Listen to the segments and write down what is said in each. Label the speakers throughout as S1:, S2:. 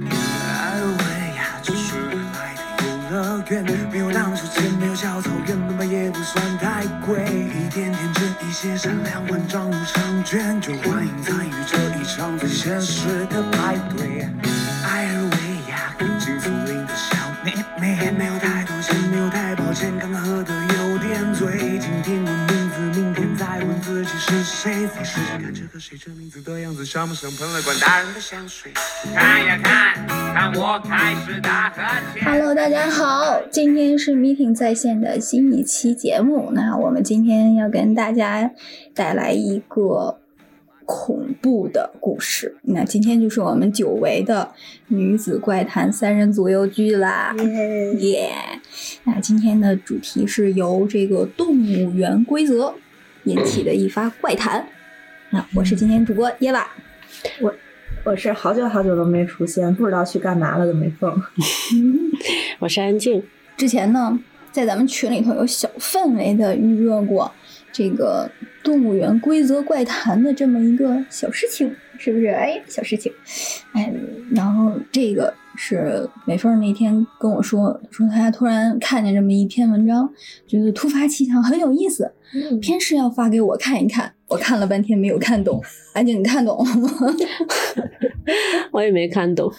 S1: 哎
S2: 善良文章如长卷，就欢迎参与这一场非现实的派对。艾尔维亚跟进丛林的小妹妹，没有太多钱，没有太抱歉，刚喝的有点醉。今天问名字，明天再问自己是谁，再试试看这个谁这名字的样子像不像喷了管大人的香水？
S1: 看呀看，看我开始打呵欠。
S3: Hello，大家好，今天是 Meeting 在线的新一期节目。那我们今天要跟大家带来一个恐怖的故事。那今天就是我们久违的女子怪谈三人组又聚啦，耶、那今天的主题是由这个动物园规则引起的一发怪谈。那我是今天主播耶娃，
S4: 我是好久好久都没出现，不知道去干嘛了的美凤。
S5: 我是安静，
S3: 之前呢，在咱们群里头有小范围的预热过这个动物园规则怪谈的这么一个小事情，是不是？哎，小事情，哎，然后这个是美凤那天跟我说，说她突然看见这么一篇文章，觉得突发奇想，很有意思，偏是要发给我看一看。我看了半天没有看懂，安静，你看懂 了吗？
S5: 我也没看懂。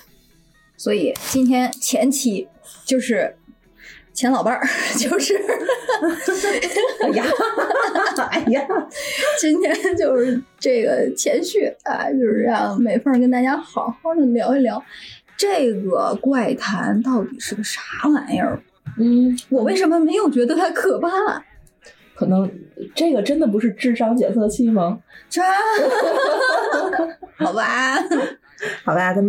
S3: 所以今天前期就是前老伴儿， 就是
S4: 哎呀， 哎呀，
S3: 今天就是这个前序啊，就是让美凤儿跟大家好好的聊一聊这个怪谈到底是个啥玩意儿。
S4: 嗯，
S3: 我为什么没有觉得它可怕？
S4: 可能这个真的不是智商检测器吗？
S3: 这好吧，
S4: 好吧，跟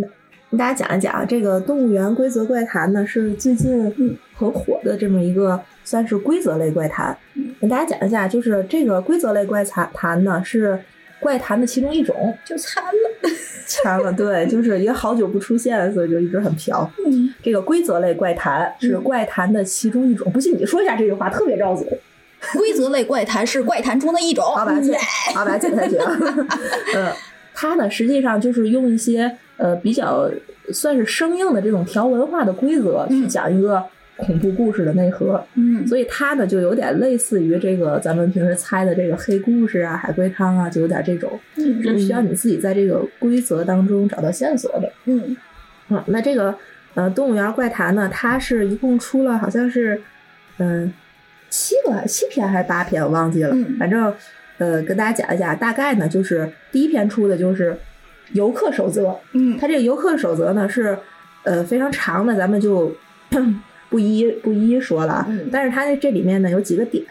S4: 跟大家讲一讲啊，这个《动物园规则怪谈》呢，是最近很火的这么一个算是规则类怪谈。跟大家讲一下，就是这个规则类怪谈谈呢是怪谈的其中一种。
S3: 就惨了。
S4: 掺了，对，就是也好久不出现，所以就一直很飘。
S3: 嗯，
S4: 这个规则类怪谈是怪谈的其中一种，不信你说一下这句话，特别绕嘴。
S3: 规则类怪谈是怪谈中的一种。
S4: 好吧，这好吧，这才绝 了。嗯，啊它呢，实际上就是用一些呃比较算是生硬的这种条文化的规则去
S3: 嗯
S4: 讲一个恐怖故事的内核，
S3: 嗯，
S4: 所以它呢就有点类似于这个咱们平时猜的这个黑故事啊、海龟汤啊，就有点这种，
S3: 嗯
S4: 是需要你自己在这个规则当中找到线索的。
S3: 嗯
S4: 嗯，那这个呃《动物园怪谈》呢，它是一共出了好像是嗯、七个七篇还是八篇，我忘记了，
S3: 嗯
S4: 反正呃跟大家讲一下，大概呢就是第一篇出的就是游客守则，
S3: 嗯
S4: 它这个游客守则呢是呃非常长的，咱们就 不一不一一说了啊，
S3: 嗯
S4: 但是它这里面呢有几个点，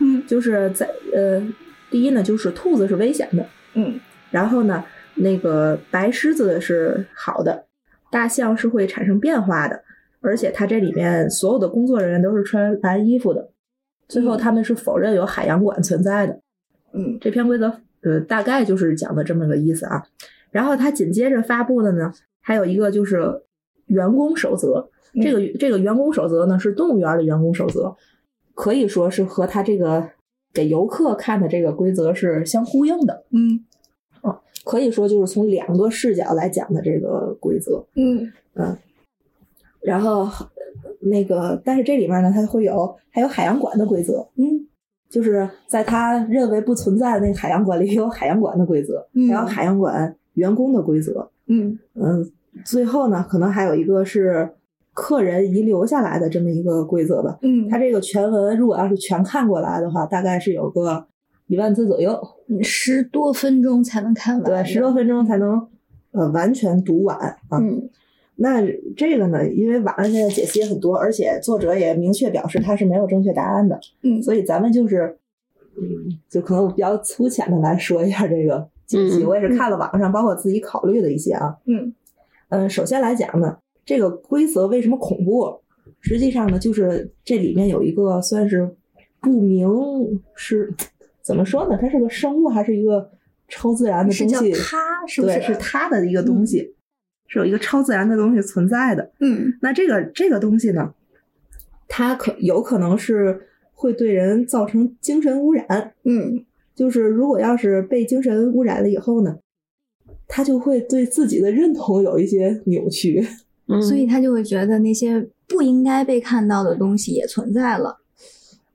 S3: 嗯
S4: 就是在呃第一呢就是兔子是危险的，
S3: 嗯
S4: 然后呢，那个白狮子是好的，大象是会产生变化的，而且它这里面所有的工作人员都是穿蓝衣服的。最后，他们是否认有海洋馆存在的。
S3: 嗯
S4: 这篇规则，呃，大概就是讲的这么个意思啊。然后他紧接着发布的呢，还有一个就是员工守则。
S3: 嗯
S4: 这个这个员工守则呢，是动物园的员工守则，可以说是和他这个给游客看的这个规则是相呼应的。
S3: 嗯
S4: 可以说就是从两个视角来讲的这个规则。
S3: 嗯
S4: 然后那个，但是这里面呢，它会有还有海洋馆的规则，
S3: 嗯
S4: 就是在他认为不存在的那个海洋馆里也有海洋馆的规则，
S3: 嗯
S4: 还有海洋馆员工的规则。
S3: 嗯
S4: 嗯，最后呢，可能还有一个是客人遗留下来的这么一个规则吧。
S3: 嗯，
S4: 它这个全文如果要是全看过来的话，大概是有个一万字左右。
S3: 十多分钟才能看完。
S4: 对，十多分钟才能呃完全读完啊。
S3: 嗯
S4: 那这个呢，因为网上现在解析很多，而且作者也明确表示他是没有正确答案的，
S3: 嗯
S4: 所以咱们就是，嗯，就可能比较粗浅的来说一下这个解析。
S5: 嗯
S4: 我也是看了网上，包括自己考虑的一些啊。
S3: 嗯
S4: 嗯，首先来讲呢，这个规则为什么恐怖？实际上呢，就是这里面有一个算是不明是怎么说呢？它是个生物还是一个超自然的
S3: 是
S4: 东
S3: 叫
S4: 西？
S3: 它是不
S4: 对，是它的一个东西，是有一个超自然的东西存在的。
S3: 嗯
S4: 那这个这个东西呢，它可有可能是会对人造成精神污染，
S3: 嗯
S4: 就是如果要是被精神污染了以后呢，他就会对自己的认同有一些扭曲。
S5: 嗯，
S3: 所以他就会觉得那些不应该被看到的东西也存在了，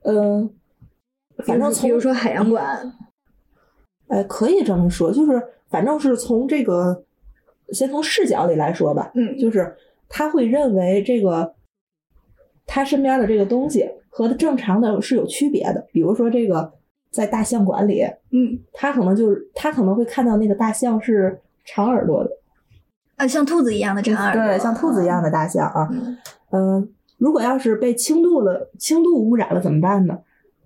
S4: 呃，反
S3: 比如
S4: 正
S3: 比
S4: 从
S3: 如说海洋馆，
S4: 呃，可以这么说，就是反正是从这个，先从视角里来说吧，
S3: 嗯
S4: 就是他会认为这个他身边的这个东西和正常的是有区别的，比如说这个在大象馆里，
S3: 嗯
S4: 他可能就是他可能会看到那个大象是长耳朵的，
S3: 啊，像兔子一样的长耳朵，
S4: 对，像兔子一样的大象啊，
S3: 嗯。
S4: 嗯，如果要是被轻度了、轻度污染了怎么办呢？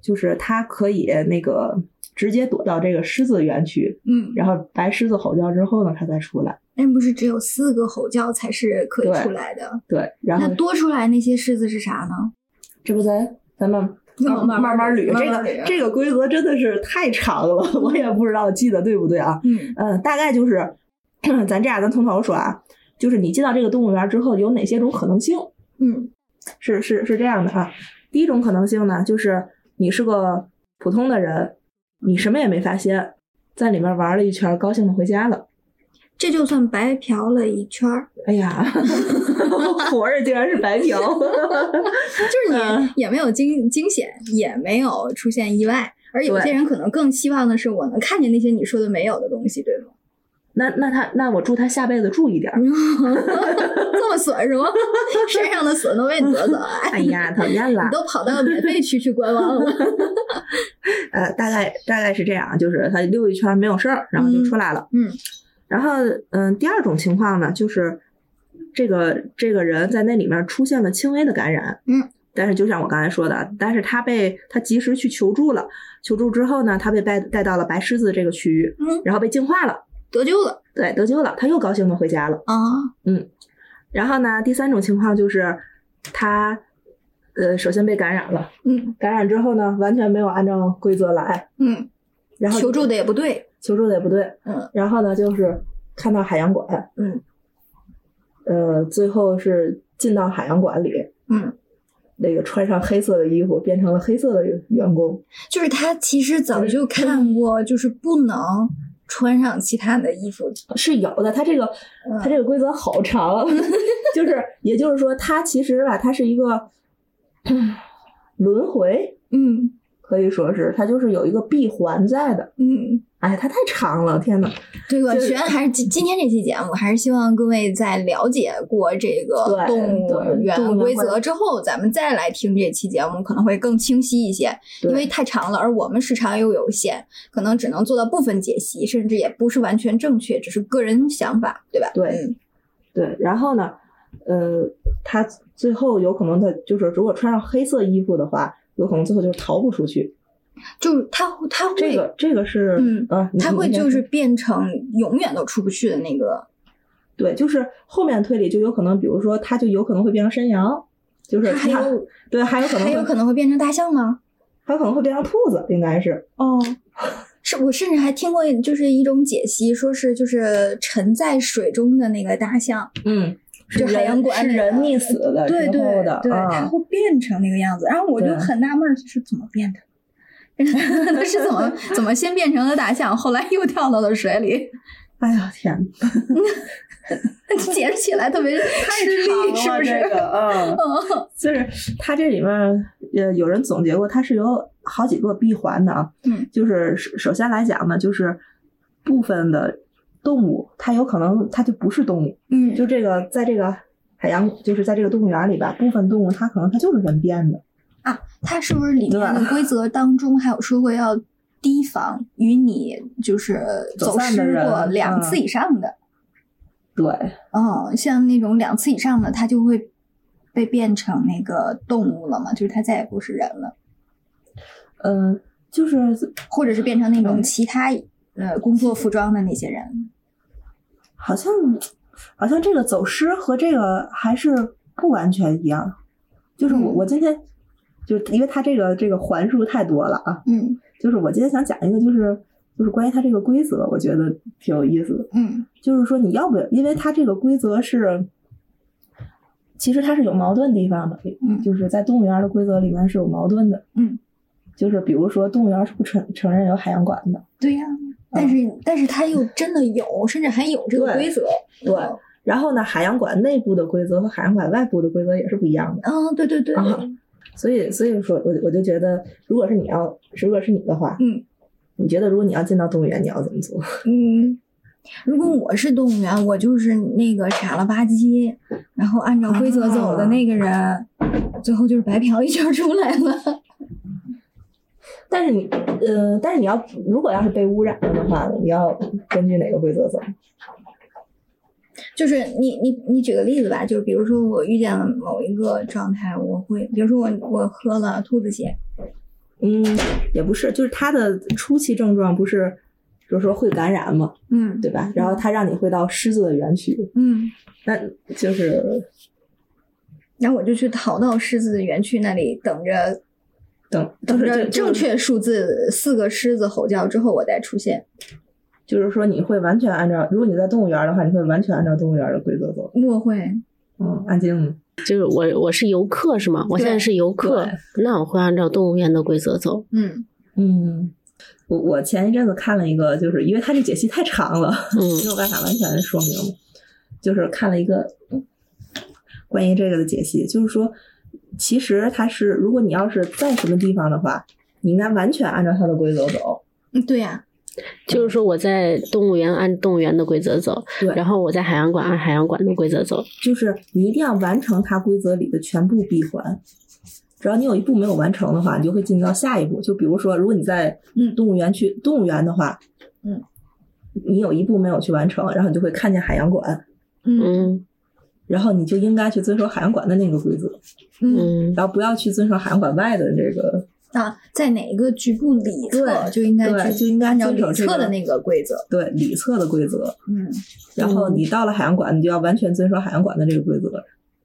S4: 就是它可以那个直接躲到这个狮子园区，
S3: 嗯，
S4: 然后白狮子吼叫之后呢，它再出来。
S3: 那不是只有四个吼叫才是可以
S4: 对
S3: 出来的？
S4: 对，然后
S3: 那多出来那些狮子是啥呢？
S4: 这不咱咱们
S3: 慢慢
S4: 慢慢捋
S3: 慢
S4: 这
S3: 慢
S4: 个
S3: 捋啊
S4: 这个规则真的是太长了，我也不知道记得对不对啊。
S3: 嗯
S4: 嗯，大概就是 咱这样，咱从头说啊，就是你进到这个动物园之后有哪些种可能性？
S3: 嗯
S4: 是是是这样的啊。第一种可能性呢，就是你是个普通的人，你什么也没发现，在里面玩了一圈，高兴的回家了。
S3: 这就算白嫖了一圈儿，
S4: 哎呀， 活着竟然是白嫖！
S3: 就是
S4: 嗯
S3: 你也没有惊惊险，也没有出现意外，而有
S4: 对
S3: 些人可能更期望的是我能看见那些你说的没有的东西，对吗？
S4: 那那他那我祝他下辈子注意点儿。
S3: 嗯 这么损是吗？身上的损都被你得走了，
S4: 哎呀，讨厌了
S3: 你。都跑到免费区去观望了。
S4: 呃，大概大概是这样，就是他溜一圈没有事儿，然后就出来了。
S3: 嗯嗯
S4: 然后嗯，第二种情况呢，就是这个这个人在那里面出现了轻微的感染。
S3: 嗯。
S4: 但是就像我刚才说的，但是他被他及时去求助了，求助之后呢，他被带带到了白狮子这个区域，
S3: 嗯
S4: 然后被净化了，
S3: 得救了
S4: 对，得救了，他又高兴的回家了。
S3: 啊！
S4: 然后呢，第三种情况就是他呃，首先被感染了，
S3: 嗯
S4: 感染之后呢，完全没有按照规则来，
S3: 嗯，
S4: 然后
S3: 求助的也不对，
S4: 求助的也不对，
S3: 嗯
S4: 然后呢，就是看到海洋馆，
S3: 嗯
S4: 呃，最后是进到海洋馆里，
S3: 嗯，
S4: 那个穿上黑色的衣服，变成了黑色的员工。
S3: 就是他其实早就看过，就是不能穿上其他的衣服。
S4: 是有的，它这个
S3: 嗯
S4: 它这个规则好长，啊 就是也就是说，它其实吧，它是一个嗯轮回，
S3: 嗯
S4: 可以说是它就是有一个闭环在的。
S3: 嗯。
S4: 哎，它太长了，天呐，
S3: 对吧？
S4: 就是
S3: 全还是今今天这期节目，还是希望各位在了解过这个
S4: 对
S3: 动物
S4: 对动
S3: 园
S4: 物园
S3: 规则
S4: 会
S3: 之后，咱们再来听这期节目，可能会更清晰一些。因
S4: 对
S3: 为太长了，而我们时长又有限，可能只能做到部分解析，甚至也不是完全正确，只是个人想法，对吧？
S4: 对
S3: 嗯
S4: 对，然后呢，呃，他最后有可能他就是如果穿上黑色衣服的话，有可能最后就是逃不出去。
S3: 就是他他会、
S4: 这个这个是，
S3: 嗯
S4: 呃，你
S3: 他
S4: 你
S3: 会
S4: 先
S3: 就
S4: 说
S3: 是变成永远都出不去的那个，
S4: 对，就是后面推理就有可能，比如说他就有可能会变成山羊，就是
S3: 他还
S4: 它
S3: 有
S4: 对，还有可能
S3: 还
S4: 会
S3: 有可能会变成大象吗？
S4: 还有可能会变成兔子，应该是
S3: 哦，是我甚至还听过，就是一种解析，说是就是沉在水中的那个大象，
S4: 嗯，是
S3: 就海
S4: 人
S3: 洋馆
S4: 是
S3: 那
S4: 人
S3: 个
S4: 溺死的之
S3: 对对
S4: 后的
S3: 对，它
S4: 啊，
S3: 会变成那个样子。然后我就
S4: 对
S3: 很纳闷儿，是怎么变的？它 是怎么 怎么先变成了大象，后来又跳到了水里，
S4: 哎呀天呐，
S3: 解释起来特 别 吃力，是不是？
S4: 这个嗯，
S3: 嗯
S4: 就是它这里面呃有人总结过，它是有好几个闭环的啊，
S3: 嗯，
S4: 就是首首先来讲呢，就是部分的动物它有可能它就不是动物，
S3: 嗯，
S4: 就这个在这个海洋就是在这个动物园里吧，部分动物它可能它就是人变的。
S3: 它是不是里面的规则当中还有说过要提防与你就是走
S4: 走散的
S3: 失
S4: 人
S3: 过两
S4: 嗯
S3: 次以上的？
S4: 对，
S3: 哦，像那种两次以上的，它就会被变成那个动物了嘛，就是它再也不是人了，
S4: 嗯，就是
S3: 或者是变成那种
S4: 嗯
S3: 其他呃工作服装的那些人。
S4: 好像好像这个走失和这个还是不完全一样。就是我、
S3: 嗯
S4: 我今天就是因为它这个这个环数太多了啊，
S3: 嗯
S4: 就是我今天想讲一个就是就是关于它这个规则，我觉得挺有意思的。
S3: 嗯
S4: 就是说你要不，因为它这个规则是。其实它是有矛盾地方的，
S3: 嗯
S4: 就是在动物园的规则里面是有矛盾的，
S3: 嗯，
S4: 就是比如说动物园是不承承认有海洋馆的，
S3: 对呀、但是、但是它又真的有，甚至还有这个
S4: 对
S3: 规则。
S4: 对
S3: 嗯
S4: 然后呢，海洋馆内部的规则和海洋馆外部的规则也是不一样的。
S3: 嗯，对对对，
S4: 啊所以，所以说我我就觉得，如果是你要，如果是你的话，
S3: 嗯，
S4: 你觉得如果你要进到动物园，你要怎么做？
S3: 嗯，如果我是动物园，我就是那个傻了吧唧，然后按照规则走的那个人，最后就是白嫖一圈出来了。
S4: 但是你，呃，但是你要如果要是被污染了的话，你要根据哪个规则走？
S3: 就是你你你举个例子吧，就比如说我遇见了某一个状态，我会，比如说我我喝了兔子血，
S4: 嗯，也不是，就是它的初期症状不是，就是说会感染嘛，
S3: 嗯
S4: 对吧？然后它让你会到狮子的园区，
S3: 嗯，
S4: 那就是
S3: 然后我就去逃到狮子园区那里等着。
S4: 等
S3: 等
S4: 就是
S3: 着
S4: 就
S3: 正确数字四个狮子吼叫之后，我再出现。
S4: 就是说你会完全按照，如果你在动物园的话，你会完全按照动物园的规则走。
S3: 我会，
S4: 嗯，安静吗？
S5: 就是我我是游客是吗？我现在是游客，那我会按照动物园的规则走。
S3: 嗯
S4: 嗯，我我前一阵子看了一个，就是因为它这解析太长了，
S5: 嗯
S4: 没有办法完全说明，就是看了一个嗯关于这个的解析，就是说，其实它是，如果你要是在什么地方的话，你应该完全按照它的规则走。
S3: 嗯，对呀、
S5: 就是说我在动物园按动物园的规则走，
S4: 对，
S5: 然后我在海洋馆按海洋馆的规则走。
S4: 就是你一定要完成它规则里的全部闭环。只要你有一步没有完成的话，你就会进到下一步。就比如说，如果你在
S3: 嗯
S4: 动物园去动物园的话，
S3: 嗯，
S4: 你有一步没有去完成，然后你就会看见海洋馆，
S5: 嗯
S4: 然后你就应该去遵守海洋馆的那个规则，
S3: 嗯
S5: 嗯
S4: 然后不要去遵守海洋馆外的这个。
S3: 啊，在哪一个局部里侧
S4: 对
S3: 就应该
S4: 对
S3: 去
S4: 就应该
S3: 按照
S4: 遵守
S3: 里
S4: 这
S3: 侧
S4: 个
S3: 的那个规则。
S4: 对里侧的规则，
S3: 嗯
S4: 然后你到了海洋馆，你就要完全遵守海洋馆的这个规则，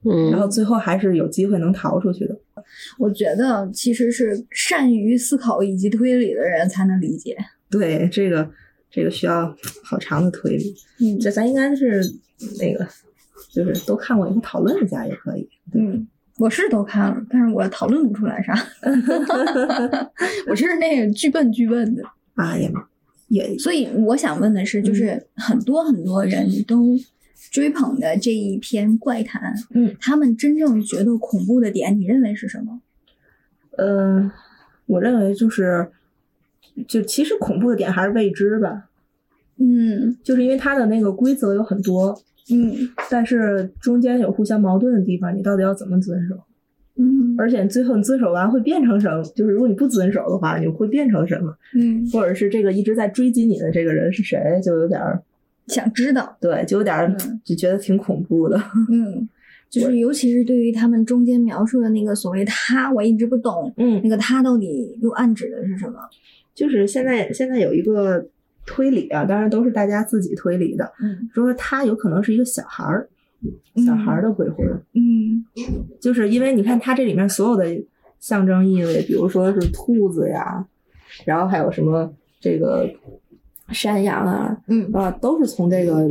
S5: 嗯，
S4: 然后最后还是有机会能逃出去的。，
S3: 我觉得其实是善于思考以及推理的人才能理解。
S4: 对，这个这个需要好长的推理。
S3: 嗯
S4: 这咱应该是那个，就是都看过以后讨论一下也可以。
S3: 嗯，我是都看了，但是我讨论不出来啥。 我是那个巨笨巨笨的，
S4: 啊，也也
S3: 所以我想问的是，就是很多很多人都。追捧的这一篇怪谈，
S4: 嗯，
S3: 他们真正觉得恐怖的点，你认为是什么？
S4: 呃，我认为就是，就其实恐怖的点还是未知吧，
S3: 嗯
S4: 就是因为它的那个规则有很多，
S3: 嗯
S4: 但是中间有互相矛盾的地方，你到底要怎么遵守？
S3: 嗯
S4: 而且最后你遵守完会变成什么？就是如果你不遵守的话，你会变成什么？
S3: 嗯，
S4: 或者是这个一直在追击你的这个人是谁？就有点儿
S3: 想知道，
S4: 对，就有点儿
S3: 嗯
S4: 就觉得挺恐怖的。
S3: 嗯，就是尤其是对于他们中间描述的那个所谓他，我一直不懂
S4: 嗯
S3: 那个他到底又暗指的是什么。
S4: 就是现在现在有一个推理啊，当然都是大家自己推理的，
S3: 嗯
S4: 说他有可能是一个小孩儿，
S3: 嗯
S4: 小孩儿的鬼魂，
S3: 嗯
S4: 就是因为你看它这里面所有的象征意味，比如说是兔子呀，然后还有什么这个山羊啊
S3: 嗯
S4: 啊，都是从这个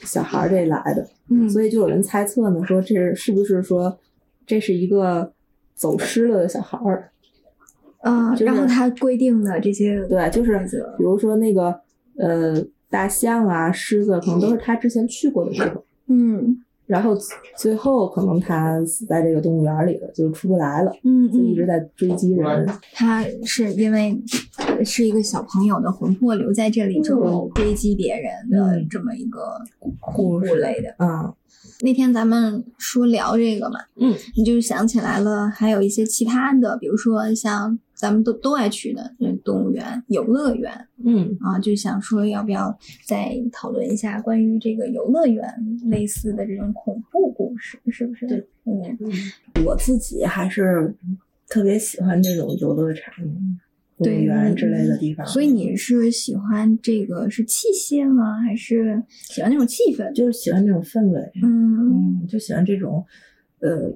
S4: 小孩儿这来的，
S3: 嗯，
S4: 所以就有人猜测呢，说这是是不是说这是一个走失了的小孩儿，
S3: 啊，
S4: 就是
S3: 然后他规定的这些
S4: 对，就是
S3: 规则
S4: 比如说那个呃大象啊、狮子，可能都是他之前去过的地方，
S3: 嗯
S4: 然后最最后可能他死在这个动物园里了，就出不来了，
S3: 嗯
S4: 就一
S3: 嗯，
S4: 直在追击人。
S3: 他是因为呃是一个小朋友的魂魄留在这里之后追击别人的
S4: 嗯
S3: 这么一个恐
S4: 故
S3: 怖
S4: 事
S3: 类的。
S4: 啊，
S3: 那天咱们说聊这个嘛，
S4: 嗯，
S3: 你就想起来了，还有一些其他的，比如说像咱们都都爱去的就是动物园、游乐园
S4: 嗯
S3: 啊，就想说要不要再讨论一下关于这个游乐园类似的这种恐怖故事，是不是？
S4: 对，
S3: 嗯
S4: 我自己还是特别喜欢这种游乐场、动物
S3: 对嗯
S4: 园之类的地方，
S3: 所以你是喜欢这个是器械吗？还是喜欢那种气氛？
S4: 就是喜欢这种氛围，
S3: 嗯
S4: 嗯，就喜欢这种，呃。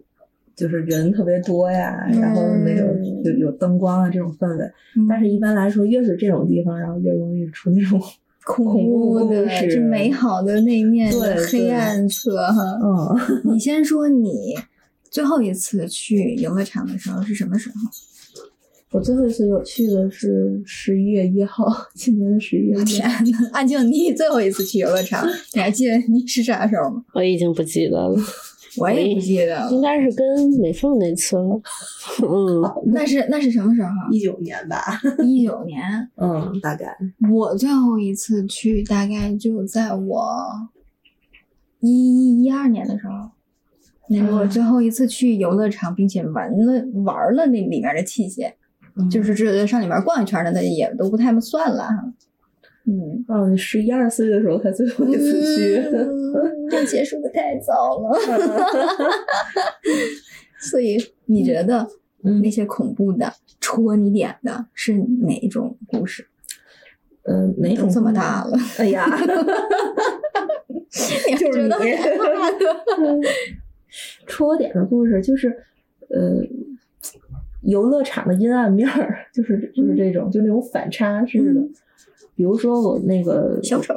S4: 就是人特别多呀，然后那种
S3: 嗯
S4: 有有灯光啊，这种氛围，但是一般来说，越是这种地方，然后越容易出那种恐
S3: 恐怖
S4: 故
S3: 的
S4: 事。
S3: 这美好的那一面的
S4: 对
S3: 黑
S4: 对
S3: 暗侧哈。
S4: 嗯，
S3: 你先说你最后一次去游乐场的时候是什么时候？
S4: 我最后一次有去的是十一月一号，今年的十一月一
S3: 天
S4: 号。
S3: 呐，安静，你最后一次去游乐场，你还记得你是啥时候吗？
S5: 我已经不记得了。
S3: 我也不记得了，
S5: 应该是跟美凤那次了。嗯，
S3: 那是那是什么时候？啊
S6: 一九年吧，
S3: 一九年，
S4: 嗯，大概
S3: 我最后一次去大概就在我一一一二年的时候，那是
S4: 嗯
S3: 我最后一次去游乐场，并且玩了玩了那里面的器械，
S4: 嗯
S3: 就是只有上里面逛一圈的，那也都不太算了哈。 嗯，
S4: 嗯，十一二岁的时候才最后一次去，
S3: 嗯这结束的太早了， 所以你觉得
S4: 嗯
S3: 那些恐怖的、戳你点的是哪一种故事？
S4: 嗯，哪
S3: 都
S4: 种
S3: 这么大了，
S4: 哎呀，
S3: 你还
S4: 就
S3: 觉
S4: 是
S3: 得
S4: 你
S3: 害怕 的
S4: 嗯戳点的故事就是，呃，游乐场的阴暗面儿，就是就是这种，就那种反差式的。比如说我那个
S3: 嗯小丑，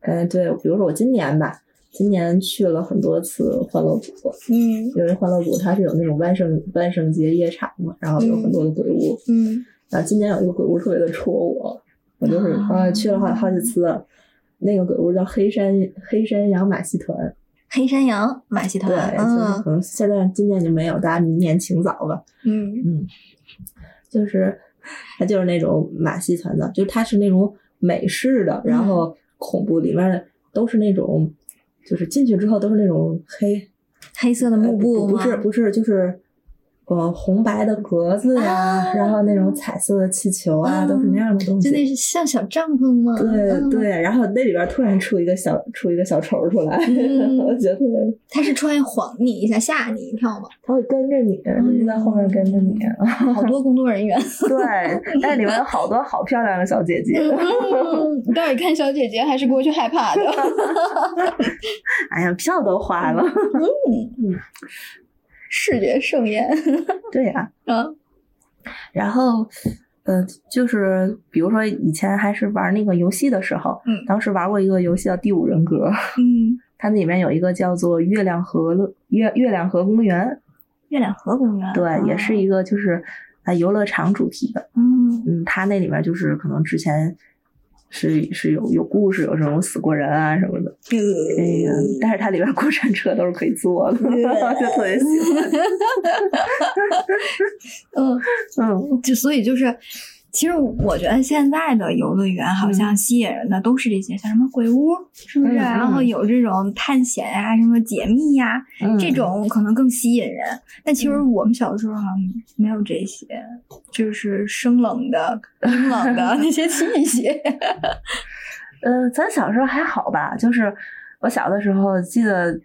S4: 哎，对，比如说我今年吧，今年去了很多次欢乐谷，
S3: 嗯
S4: 因为欢乐谷它是有那种万圣万圣节夜场嘛，然后有很多的鬼屋，
S3: 嗯
S4: 然后今年有一个鬼屋特别的戳我，我就是
S3: 啊
S4: 啊去了好好几次了，那个鬼屋叫黑山黑山羊马戏团，
S3: 黑山羊马戏
S4: 对，
S3: 团，
S4: 就是
S3: 嗯
S4: 可能现在今年就没有，大家明年请早吧。
S3: 嗯
S4: 嗯，就是它就是那种马戏团的，就是它是那种美式的，
S3: 嗯
S4: 然后恐怖里面的都是那种，就是进去之后都是那种黑
S3: 黑色的
S4: 呃
S3: 幕布
S4: 不不
S3: 吗？
S4: 是不是就是。呃，红白的格子呀、
S3: 啊
S4: 然后那种彩色的气球啊，都是那样的东西。
S3: 就那是像小帐篷吗？
S4: 对
S3: 嗯，
S4: 对，然后那里边突然出一个小出一个小丑出来，
S3: 嗯
S4: 我觉得特别
S3: 他是穿晃你一下，吓你一 跳吗？
S4: 他会跟着你，就是在后面跟着你。啊
S3: 好多工作人员，
S4: 嗯 对，但里面有好多好漂亮的小姐姐。
S3: 嗯你到底看小姐姐还是过去害怕的？
S4: 哎呀，票都花了。
S3: 嗯，视觉盛宴，
S4: 对呀、
S3: 嗯
S4: 然后，呃，就是比如说以前还是玩那个游戏的时候，
S3: 嗯
S4: 当时玩过一个游戏叫《第五人格》，
S3: 嗯，
S4: 它那里面有一个叫做月亮河乐月月亮河公园，
S3: 月亮河公园，
S4: 对，
S3: 嗯
S4: 也是一个就是啊游乐场主题的。
S3: 嗯
S4: 嗯，它那里面就是可能之前是是有有故事，有这种死过人啊什么的。哎呀，但是它里边过山车都是可以坐的，就特别喜
S3: 嗯。
S4: 欢。 嗯，
S3: 就所以就是，其实我觉得现在的游乐园好像吸引人的都是这些，像什么鬼屋，是不是？
S4: 嗯
S3: 啊
S4: 嗯嗯
S3: 然后有这种探险呀、什么解密呀、嗯这
S4: 嗯
S3: 种可能更吸引人。但其实我们小的时候好像没有这些，就是生冷的、冰冷 的那些器械。
S4: 呃，咱小时候还好吧，就是我小的时候记得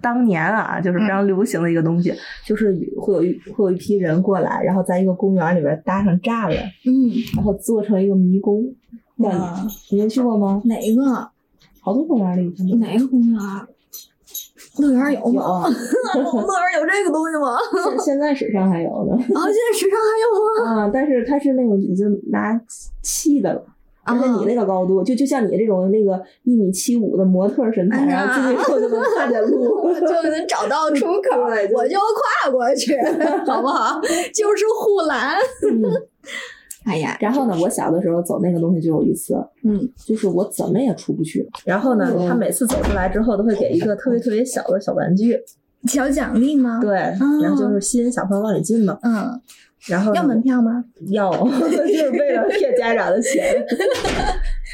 S4: 当年啊，就是非常流行的一个东西，就是会有一会有一批人过来，然后在一个公园里边搭上栅栏，
S3: 嗯，
S4: 然后做成一个迷宫。哇，
S3: 哇，
S4: 你们去过吗？
S3: 哪一个？
S4: 好多公园里以前都
S3: 哪个公园？乐园有
S4: 有
S3: 吗？
S4: 啊，
S3: 乐园有这个东西 吗？
S4: 现现在史上还有 呢。
S3: 啊，现在时尚还
S4: 啊，但是它是那种已经拿气的了。而且你那个高度，就就像你这种那个一米七五的模特身材，啊
S3: 哎呀
S4: 然后进去之后就能看见路。
S3: 有吗？就能找到出口，
S4: 对对
S3: 我就跨过去， 好不好？就是护栏。
S4: 嗯
S3: 哎呀，
S4: 然后呢，我小的时候走那个东西就有一次，
S3: 嗯，
S4: 就是我怎么也出不去。嗯然后呢，他每次走出来之后都会给一个特别特别小的小玩具，
S3: 小奖励吗？
S4: 对，然后就是吸引小朋友往里进嘛。
S3: 嗯，
S4: 然后呢
S3: 要门票吗？
S4: 要， 就是为了骗家长的钱。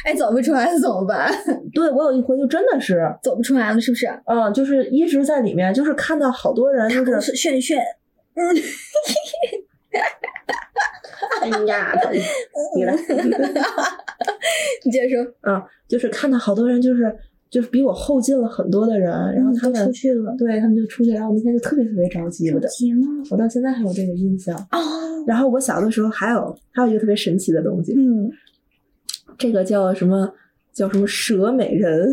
S3: 哎，走不出来怎么办？
S4: 对我有一回就真的是，
S3: 走不出来了是不是？
S4: 嗯，就是一直在里面，就是看到好多人就是
S3: 是炫炫，
S4: 哎呀，他你来，
S3: 你接着说。
S4: 嗯，就是看到好多人就是。就是比我后进了很多的人，然后他
S3: 嗯都
S4: 们
S3: 出去了啊
S4: 对他们就出去，然后我那天就特别特别着急，我的
S3: 天呐！
S4: 我到现在还有这个印象。
S3: 哦，
S4: 然后我小的时候还有还有一个特别神奇的东西，
S3: 嗯
S4: 这个叫什么叫什么蛇美人，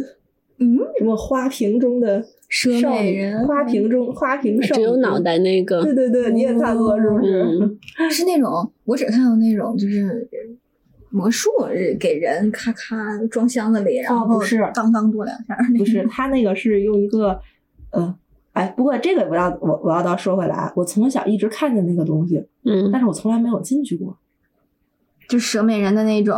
S3: 嗯，
S4: 什么花瓶中的
S3: 蛇
S4: 少
S3: 美
S4: 女
S3: 人
S4: 花瓶中花瓶少
S5: 啊只
S4: 女，
S5: 有脑。袋那个
S4: 对，对对，你也看过是不是？
S5: 嗯，
S3: 是那种我只看到那种就是魔术呃给人咔咔装箱子里，然
S4: 哦
S3: 后
S4: 不是
S3: 当当跺两下。
S4: 不是，他那个是用一个，呃，哎，不过这个我要我我要倒说回来啊，我从小一直看见那个东西，
S5: 嗯
S4: 但是我从来没有进去过。
S3: 就蛇美人的那种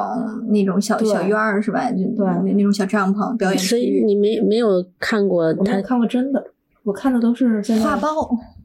S3: 那种小
S4: 对
S3: 小院儿是吧？就
S4: 对
S3: 那那种小帐篷表演
S5: 所
S3: 区
S5: 以
S3: 域。
S5: 你没没有看过
S4: 我没有
S5: 他
S4: 看过真的，我看的都是现在
S3: 画报，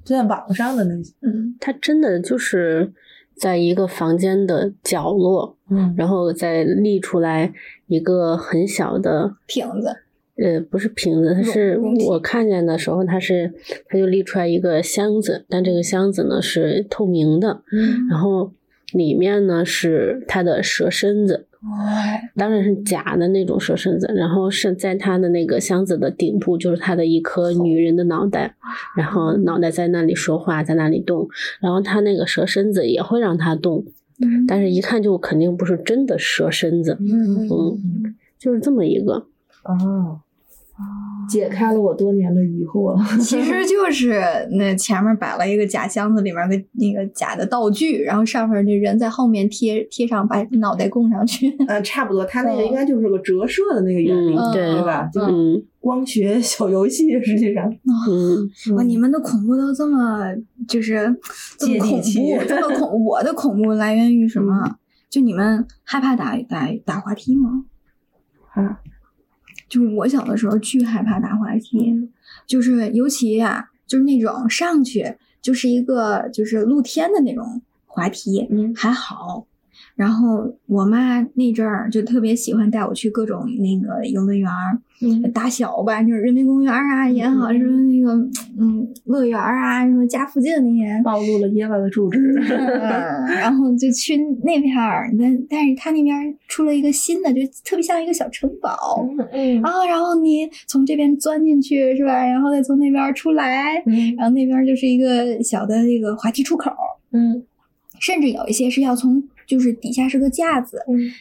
S4: 现在网上的那些，
S3: 嗯，
S5: 它真的就是在一个房间的角落，
S4: 嗯
S5: 然后再立出来一个很小的，
S3: 瓶子，
S5: 呃，不是瓶子，它是
S3: 容器
S5: 我看见的时候，它是它就立出来一个箱子，但这个箱子呢是透明的，
S4: 嗯
S5: 然后里面呢是它的蛇身子，
S3: 哎，
S5: 当然是假的那种蛇身子，然后是在它的那个箱子的顶部，就是它的一颗女人的脑袋，然后脑袋在那里说话，在那里动，然后它那个蛇身子也会让它动，但是一看就肯定不是真的蛇身子，
S4: 嗯
S5: 嗯，就是这么一个，
S4: 哦，解开了我多年的疑 惑。
S3: 其实就是那前面摆了一个假箱子，里面个那个假的道具，然后上面那人在后面贴贴上，把脑袋供上去。
S4: 嗯，差不多，它那个应该就是个折射的那个原理，
S5: 嗯
S4: 对
S5: 对
S4: 吧？就是
S5: 嗯
S4: 光学小游戏，实际 上，
S5: 嗯，
S3: 哦
S4: 哦
S3: 哇，你们的恐怖都这么就是这么
S4: 接地
S3: 恐
S4: 气嗯
S3: 怖，这么恐，我的恐怖来源于什么？就你们害怕打打打滑梯吗？
S4: 啊，
S3: 就是我小的时候巨害怕打滑
S4: 嗯
S3: 梯，就是尤其啊，就是那种上去就是一个就是露天的那种滑梯，
S4: 嗯
S3: 还好。然后我妈那阵儿就特别喜欢带我去各种那个游乐园儿，
S4: 嗯
S3: 打小吧，就是人民公园啊也好，
S4: 嗯，
S3: 什么那个嗯乐园啊，什么家附近的那些
S4: 暴露了耶娃的住址。
S3: 嗯然后就去那片儿。但但是他那边儿出了一个新的，就特别像一个小城堡。
S4: 嗯
S3: 啊，然后你从这边钻进去是吧？然后再从那边儿出来，
S4: 嗯
S3: 然后那边儿就是一个小的那个滑梯出口，
S4: 嗯
S3: 甚至有一些是要从就是底下是个架子，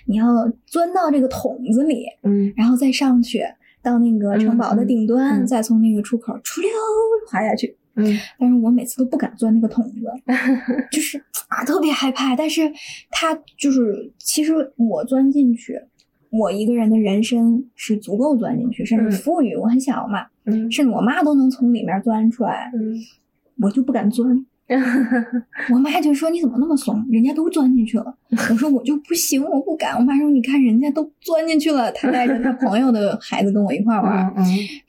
S3: 你要钻到这个桶子里，
S4: 嗯
S3: 然后再上去到那个城堡的顶端，
S4: 嗯嗯嗯
S3: 再从那个出口出溜滑下去。
S4: 嗯
S3: 但是我每次都不敢钻那个桶子， 就是啊特别害怕。但是它就是，其实我钻进去，我一个人的人身是足够钻进去，甚
S4: 嗯
S3: 至富裕。我很小嘛，
S4: 嗯
S3: 甚至我妈都能从里面钻出来，我就不敢 钻。我妈就说：“你怎么那么怂？人家都钻进去了。”我说：“我就不行，我不敢。”我妈说：“你看人家都钻进去了，她带着 她朋友的孩子跟我一块儿玩儿，
S4: 嗯，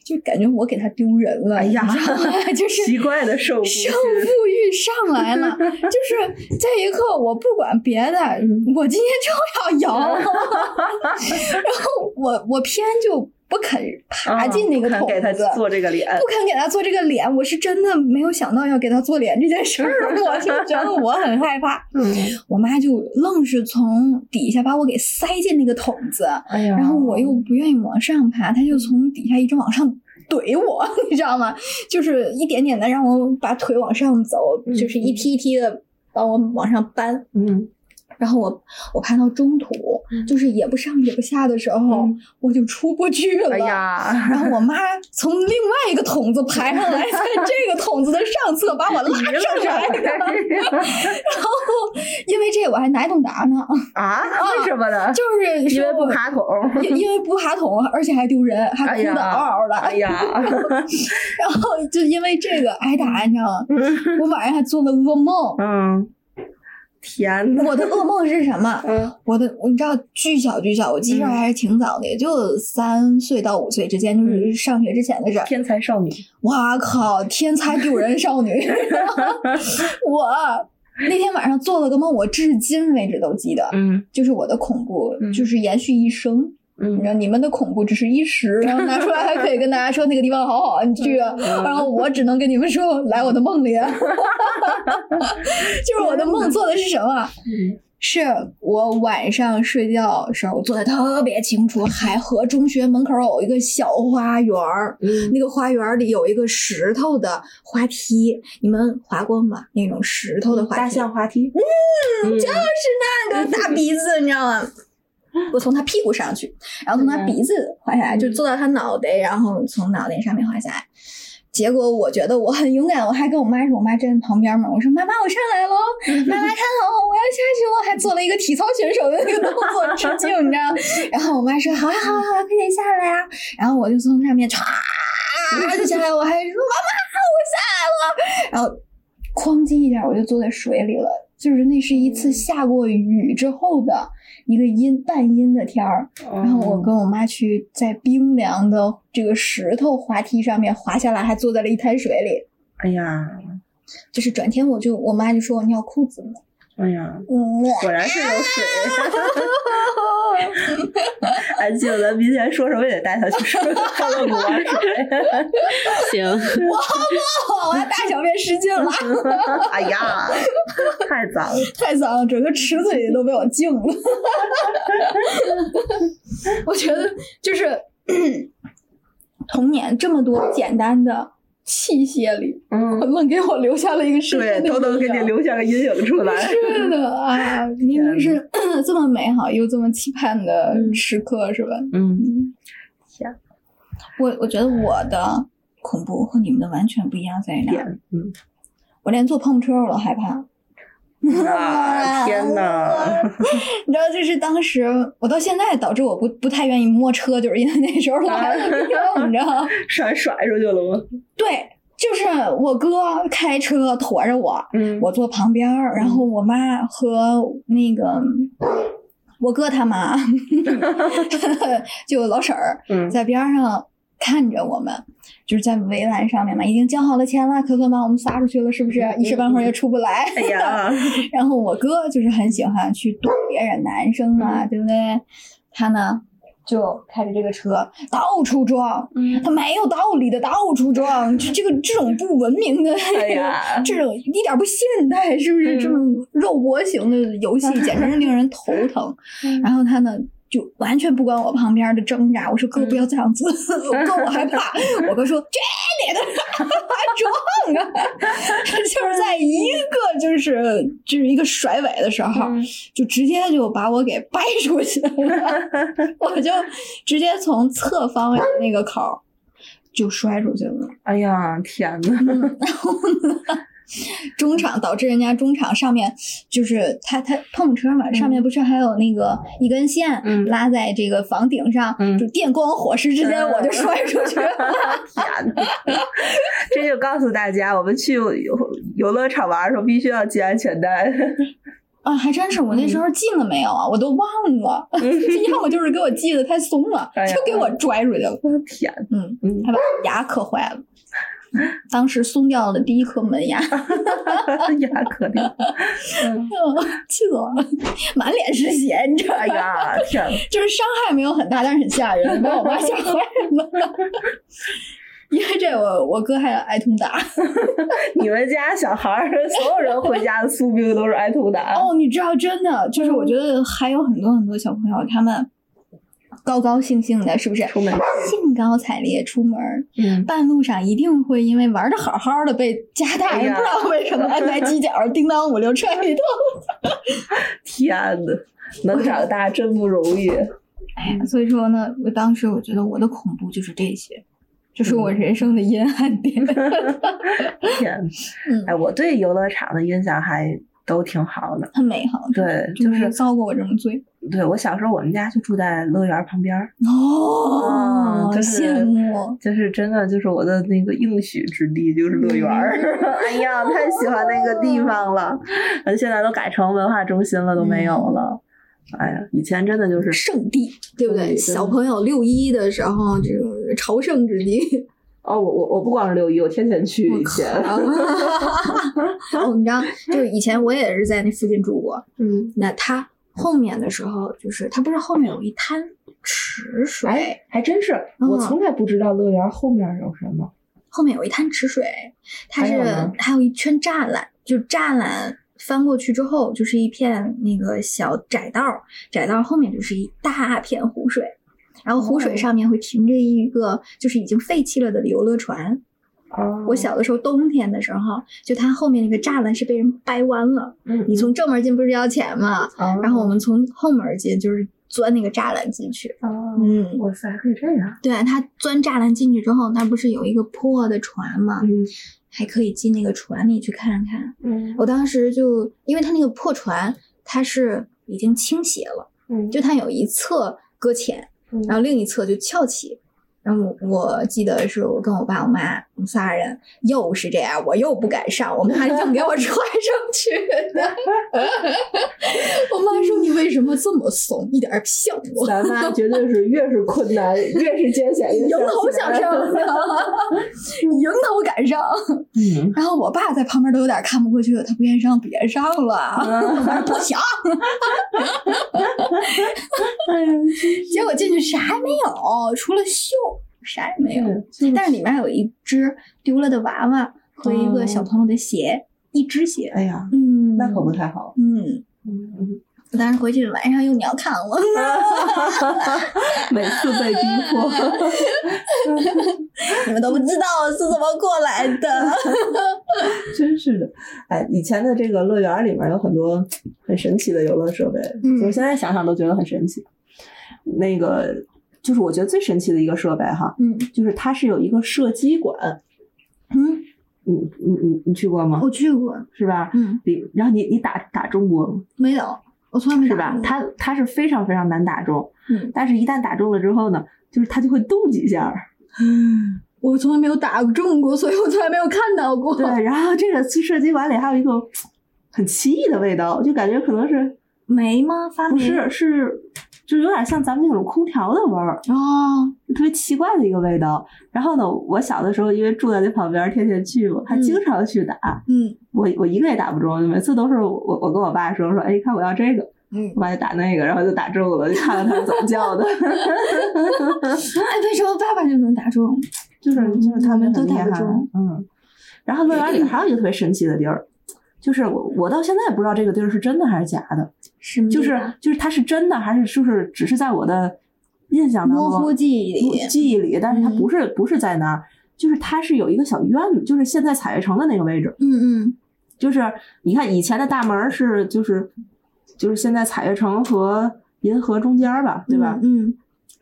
S3: 就感觉我给她丢人了。”
S4: 哎呀
S3: 就是
S4: 奇怪的受
S3: 胜负欲上来了，就是这一刻，我不管别的，
S4: 嗯
S3: 我今天就要 摇。然后我我偏就不肯爬进那个
S4: 啊哦不
S3: 桶
S4: 肯给他
S3: 子，
S4: 做这个 脸，
S3: 不肯给他做这个脸，我是真的没有想到要给他做脸这件 事儿，我就觉得我很害怕。
S4: 嗯，
S3: 我妈就愣是从底下把我给塞进那个桶子，
S4: 哎呀，
S3: 然后我又不愿意往上爬，她就从底下一直往上怼我， 你知道吗？就是一点点的让我把腿往上走，
S4: 嗯
S3: 就是一梯一梯的把我往上搬。
S4: 嗯
S3: 然后我我爬到中途，就是也不上也不下的时候，
S4: 嗯
S3: 我就出不去了。
S4: 哎呀，
S3: 然后我妈从另外一个桶子爬上来，在这个桶子的上侧把我拉
S4: 一
S3: 上
S4: 路上
S3: 来。然后因为这我还挨顿打呢，
S4: 啊？为什么呢？
S3: 就是
S4: 因为
S3: 说
S4: 不爬桶。
S3: 因因为不爬桶，而且还丢人，还
S4: 哎
S3: 哭
S4: 呀
S3: 得嗷嗷的。
S4: 哎 呀，
S3: 然后就因为这个挨打，你知道吗？我晚上还做了噩梦。
S4: 嗯，天呐，
S3: 我的噩梦是什么？
S4: 嗯
S3: 我的，我你知道，巨小巨小，我记事儿
S4: 嗯
S3: 还是挺早的，也就三岁到五岁之间，就是上学之前的事儿。
S4: 天才少女，
S3: 哇靠！天才丢人少 女，我那天晚上做了个梦，我至今为止都记得，
S4: 嗯
S3: 就是我的恐怖，
S4: 嗯
S3: 就是延续一生。你知
S4: 嗯
S3: 道你们的恐怖只是一时，然后拿出来还可以跟大家说那个地方好好，你去啊。
S4: 嗯
S3: 然后我只能跟你们说，来我的梦里，啊 就是我的梦做的是什么？啊是我晚上睡觉的时候，我做的特别清楚。海河中学门口有一个小花园儿，
S4: 嗯
S3: 那个花园里有一个石头的滑梯，你们滑过吗？那种石头的滑梯，
S4: 大象滑梯，嗯，
S3: 那个大鼻子，你知道吗？我从他屁股上去，然后从他鼻子滑下来，就坐到他脑袋，然后从脑袋上面滑下来。结果我觉得我很勇敢，我还跟我妈说，我妈站在旁边嘛，我说妈妈我上来喽，妈妈看好我，我要下去了，还做了一个体操选手的那个动作致敬，你知道吗？然后我妈说好啊好啊好啊，快点下来啊！然后我就从上面唰就下来，我还说妈妈我下来了，然后哐叽一下我就坐在水里了。就是那是一次
S6: 嗯
S3: 下过雨之后的一个阴半阴的天儿，
S6: 哦
S3: 然后
S6: 嗯
S3: 我跟我妈去在冰凉的这个石头滑梯上面滑下来，还坐在了一滩水里。
S6: 哎呀，
S3: 就是转天我就我妈就说我尿裤子了，
S6: 哎呀，
S3: 嗯，
S6: 果然是有水。安静，咱明天说什么也带他去喝喝古玩水。
S5: 行，
S3: 我要大小便失禁了，
S6: 哎呀，太脏了。
S3: 太脏了，整个池子里都被我浸了。 我觉得就是 童年这么多简单的器械里，
S6: 嗯，
S3: 愣给我留下了 一个深
S6: 对
S3: 深，的
S6: 都能
S3: 印
S6: 给你
S3: 象
S6: 留下个阴影出来。
S3: 是的啊，明明是 这么美好又这么期盼的时刻，是吧？
S6: 嗯，
S3: 嗯，
S6: 行。
S3: 我我觉得我的恐怖和你们的完全不一样在哪
S6: 点
S3: 儿？，
S6: 嗯，
S3: 我连坐碰车我都害怕。
S6: 啊，天哪！
S3: 你知道，就是当时我到现在导致我不不太愿意摸车，就是因为那时候老还在冰你知 道吗？
S6: 甩甩出去了吗？
S3: 对，就是我哥开车驮着我，
S6: 嗯
S3: 我坐旁边儿，然后我妈和那个我哥他 妈就老婶儿
S6: 嗯
S3: 在边儿上看着我们，就是在围栏上面嘛，已经交好了钱了，可算把我们撒出去了，是不是？一时半会儿也出不来。
S6: 哎呀，
S3: 然后我哥就是很喜欢去躲别人，男生
S6: 嗯
S3: 啊，对不对？他呢就开着这个车到处撞，
S6: 嗯
S3: 他没有道理的到处撞，这这个这种不文明的
S6: 哎呀
S3: 这种一点不现代，是不是？这种肉搏型的游戏简直是令人头疼。然后他呢？就完全不管我旁边的挣扎，我说哥不要这样子，哥我害怕。我哥说这里的撞啊， 就是在一个就是就是一个甩尾的时
S6: 嗯
S3: 候，就直接就把我给掰出去了， 我就直接从侧方位的那个口儿就摔出去了。
S6: 哎呀，天
S3: 嗯
S6: 哪！
S3: 中场导致人家中场上面就是他他碰车嘛，上面不是还有那个一根线
S6: 嗯
S3: 拉在这个房顶上，
S6: 嗯
S3: 就电光火石之间我就摔出去 了。
S6: 天哪！这就告诉大家，我们去游游乐场玩的时候，必须要系安全带。
S3: 啊，还真是，我那时
S6: 嗯
S3: 候进了没有啊？我都忘了， 要么就是给我系的太松了，
S6: 哎呀
S3: 就给我拽出去了。
S6: 天哪！
S3: 嗯，
S6: 嗯
S3: 还把牙磕坏了，当时松掉了第一颗门牙，
S6: 哎呀，可怜！
S3: 气死我了，满脸是血，你知道
S6: 哎
S3: 吧？
S6: 呀，天哪！
S3: 就是伤害没有很大，但是很吓人，把我妈吓坏了。 因为这我我哥还挨痛打
S6: 你们家小孩儿，所有人回家的宿命都是挨痛打。
S3: 哦，你知道真的就是我觉得还有很多很多小朋友他们高高兴兴的，是不是？
S6: 出门
S3: 兴高采烈出门儿，
S6: 嗯，
S3: 半路上一定会因为玩的好好的被家大
S6: 哎
S3: 人
S6: 呀
S3: 不知道为什么安排犄角儿叮当五六踹一顿。
S6: 天哪，能长大真不容易。
S3: 哎呀，所以说呢，我当时我觉得我的恐怖就是这些，就是我人生的阴暗点。
S6: 天哪，
S3: 嗯
S6: 哎，，我对游乐场的印象还都挺好的。
S3: 很美好。
S6: 对，
S3: 就
S6: 就
S3: 没
S6: 是
S3: 遭过我这种罪。
S6: 对我小时候，我们家就住在乐园旁边儿，
S3: 哦
S6: 啊就是
S3: 羡慕。哦
S6: 就是真的就是我的那个应许之地，就是乐园儿。 哎呀，太喜欢那个地方了，呃现在都改成文化中心了，都没有 了。哎呀，以前真的就是
S3: 嗯圣地，对不对？
S6: 对
S3: 小朋友六一的时候，这种朝圣之 地，
S6: 哦，我我我不光是六一，我天天去以前。
S3: 然后哦你知道，就是以前我也是在那附近住过。
S6: 嗯，
S3: 那它后面的时候，就是它不是后面有一滩池水，
S6: 哎，还真是，我从来不知道乐园后面有什么。
S3: 后面有一滩池水，它
S6: 还
S3: 是
S6: 有呢
S3: 还有一圈栅栏，就栅栏翻过去之后就是一片那个小窄道儿，窄道儿后面就是一大片湖水，然后湖
S6: 哦
S3: 水上面会停着一个就是已经废弃了的游乐船。
S6: 哦
S3: 我小的时候冬天的时候，就它后面那个栅栏是被人掰弯了，
S6: 嗯，
S3: 你从正门进不是要钱吗？
S6: 哦
S3: 然后我们从后门进就是钻那个栅栏进去，
S6: 哦，
S3: 嗯。
S6: 哇塞，还可以这样。
S3: 对啊，他钻栅栏进去之后，那不是有一个破的船吗？
S6: 嗯
S3: 还可以进那个船里去看看。
S6: 嗯
S3: 我当时就，因为它那个破船，它是已经倾斜了，
S6: 嗯
S3: 就它有一侧搁浅
S6: 嗯，
S3: 然后另一侧就翘起。然后我记得是我跟我爸我妈，我们仨人又是这样，我又不敢上，我妈硬给我 踹上去 的。 我妈说：“你为什么这么怂，一点儿骗我？”
S4: 咱妈绝对是越是困难越是艰险，越
S3: 迎头想上， 迎头敢上。
S6: 嗯，
S3: 然后我爸在旁边都有点看不过去了，他不愿意上，别上
S6: 啊
S3: 了， 我说不行。
S6: 哎
S3: 结果进去啥也没有，除了锈，啥也没有。但是里面有一只丢了的娃娃和一个小朋友的鞋，一只鞋。
S6: 哦哎呀，
S3: 嗯，
S6: 那可不太好。
S3: 嗯。当时回去晚上又鸟看 我，
S6: 每次被逼迫，
S3: 你们都不知道我是怎么过来 的。
S6: 真是的。哎，以前的这个乐园里面有很多很神奇的游乐设备，
S3: 嗯
S6: 就是现在想想都觉得很神奇。那个就是我觉得最神奇的一个设备哈，
S3: 嗯
S6: 就是它是有一个射击馆。
S3: 嗯，
S6: 你你你你去过吗？
S3: 我去过，
S6: 是吧？
S3: 嗯，
S6: 里然后你你打打中国吗
S3: 没有，我从来没
S6: 是
S3: 打
S6: 吧？
S3: 过
S6: 它它是非常非常难打中，
S3: 嗯
S6: 但是一旦打中了之后呢，就是它就会动几下儿。
S3: 我从来没有打中过，所以我从来没有看到过。
S6: 对， 然后这个射击馆里还有一个很奇异的味道，就感觉可能是
S3: 没吗？发
S6: 不
S3: 霉
S6: 是是，就是有点像咱们那种空调的味儿，
S3: 哦，
S6: 特别奇怪的一个味道。然后呢，我小的时候因为住在那旁边儿，天天去嘛，还经常去打。
S3: 嗯
S6: 我我一个也打不中，每次都是我我跟我爸说说，哎，看我要这个，
S3: 嗯
S6: 我，爸就打那个，然后就打中 了，就看看他们怎么叫的。
S3: 哎，为什么爸爸就能打中？
S6: 就是就是他们很厉害
S3: 嗯都打不中，
S6: 嗯。然后乐园里还有一个特别神奇的地儿，就是我我到现在也不知道这个地儿是真的还是假
S3: 嗯
S6: 的，
S3: 是
S6: 就是就是它是真的还是就是只是在我的印象当中
S3: 模糊记忆里
S6: 不记忆里，但是它
S3: 嗯
S6: 不是不是在那儿，就是它是有一个小院子，就是现在彩悦城的那个位置，
S3: 嗯嗯
S6: 就是你看以前的大门儿是就是就是现在彩悦城和银河中间儿吧，对吧？
S3: 嗯，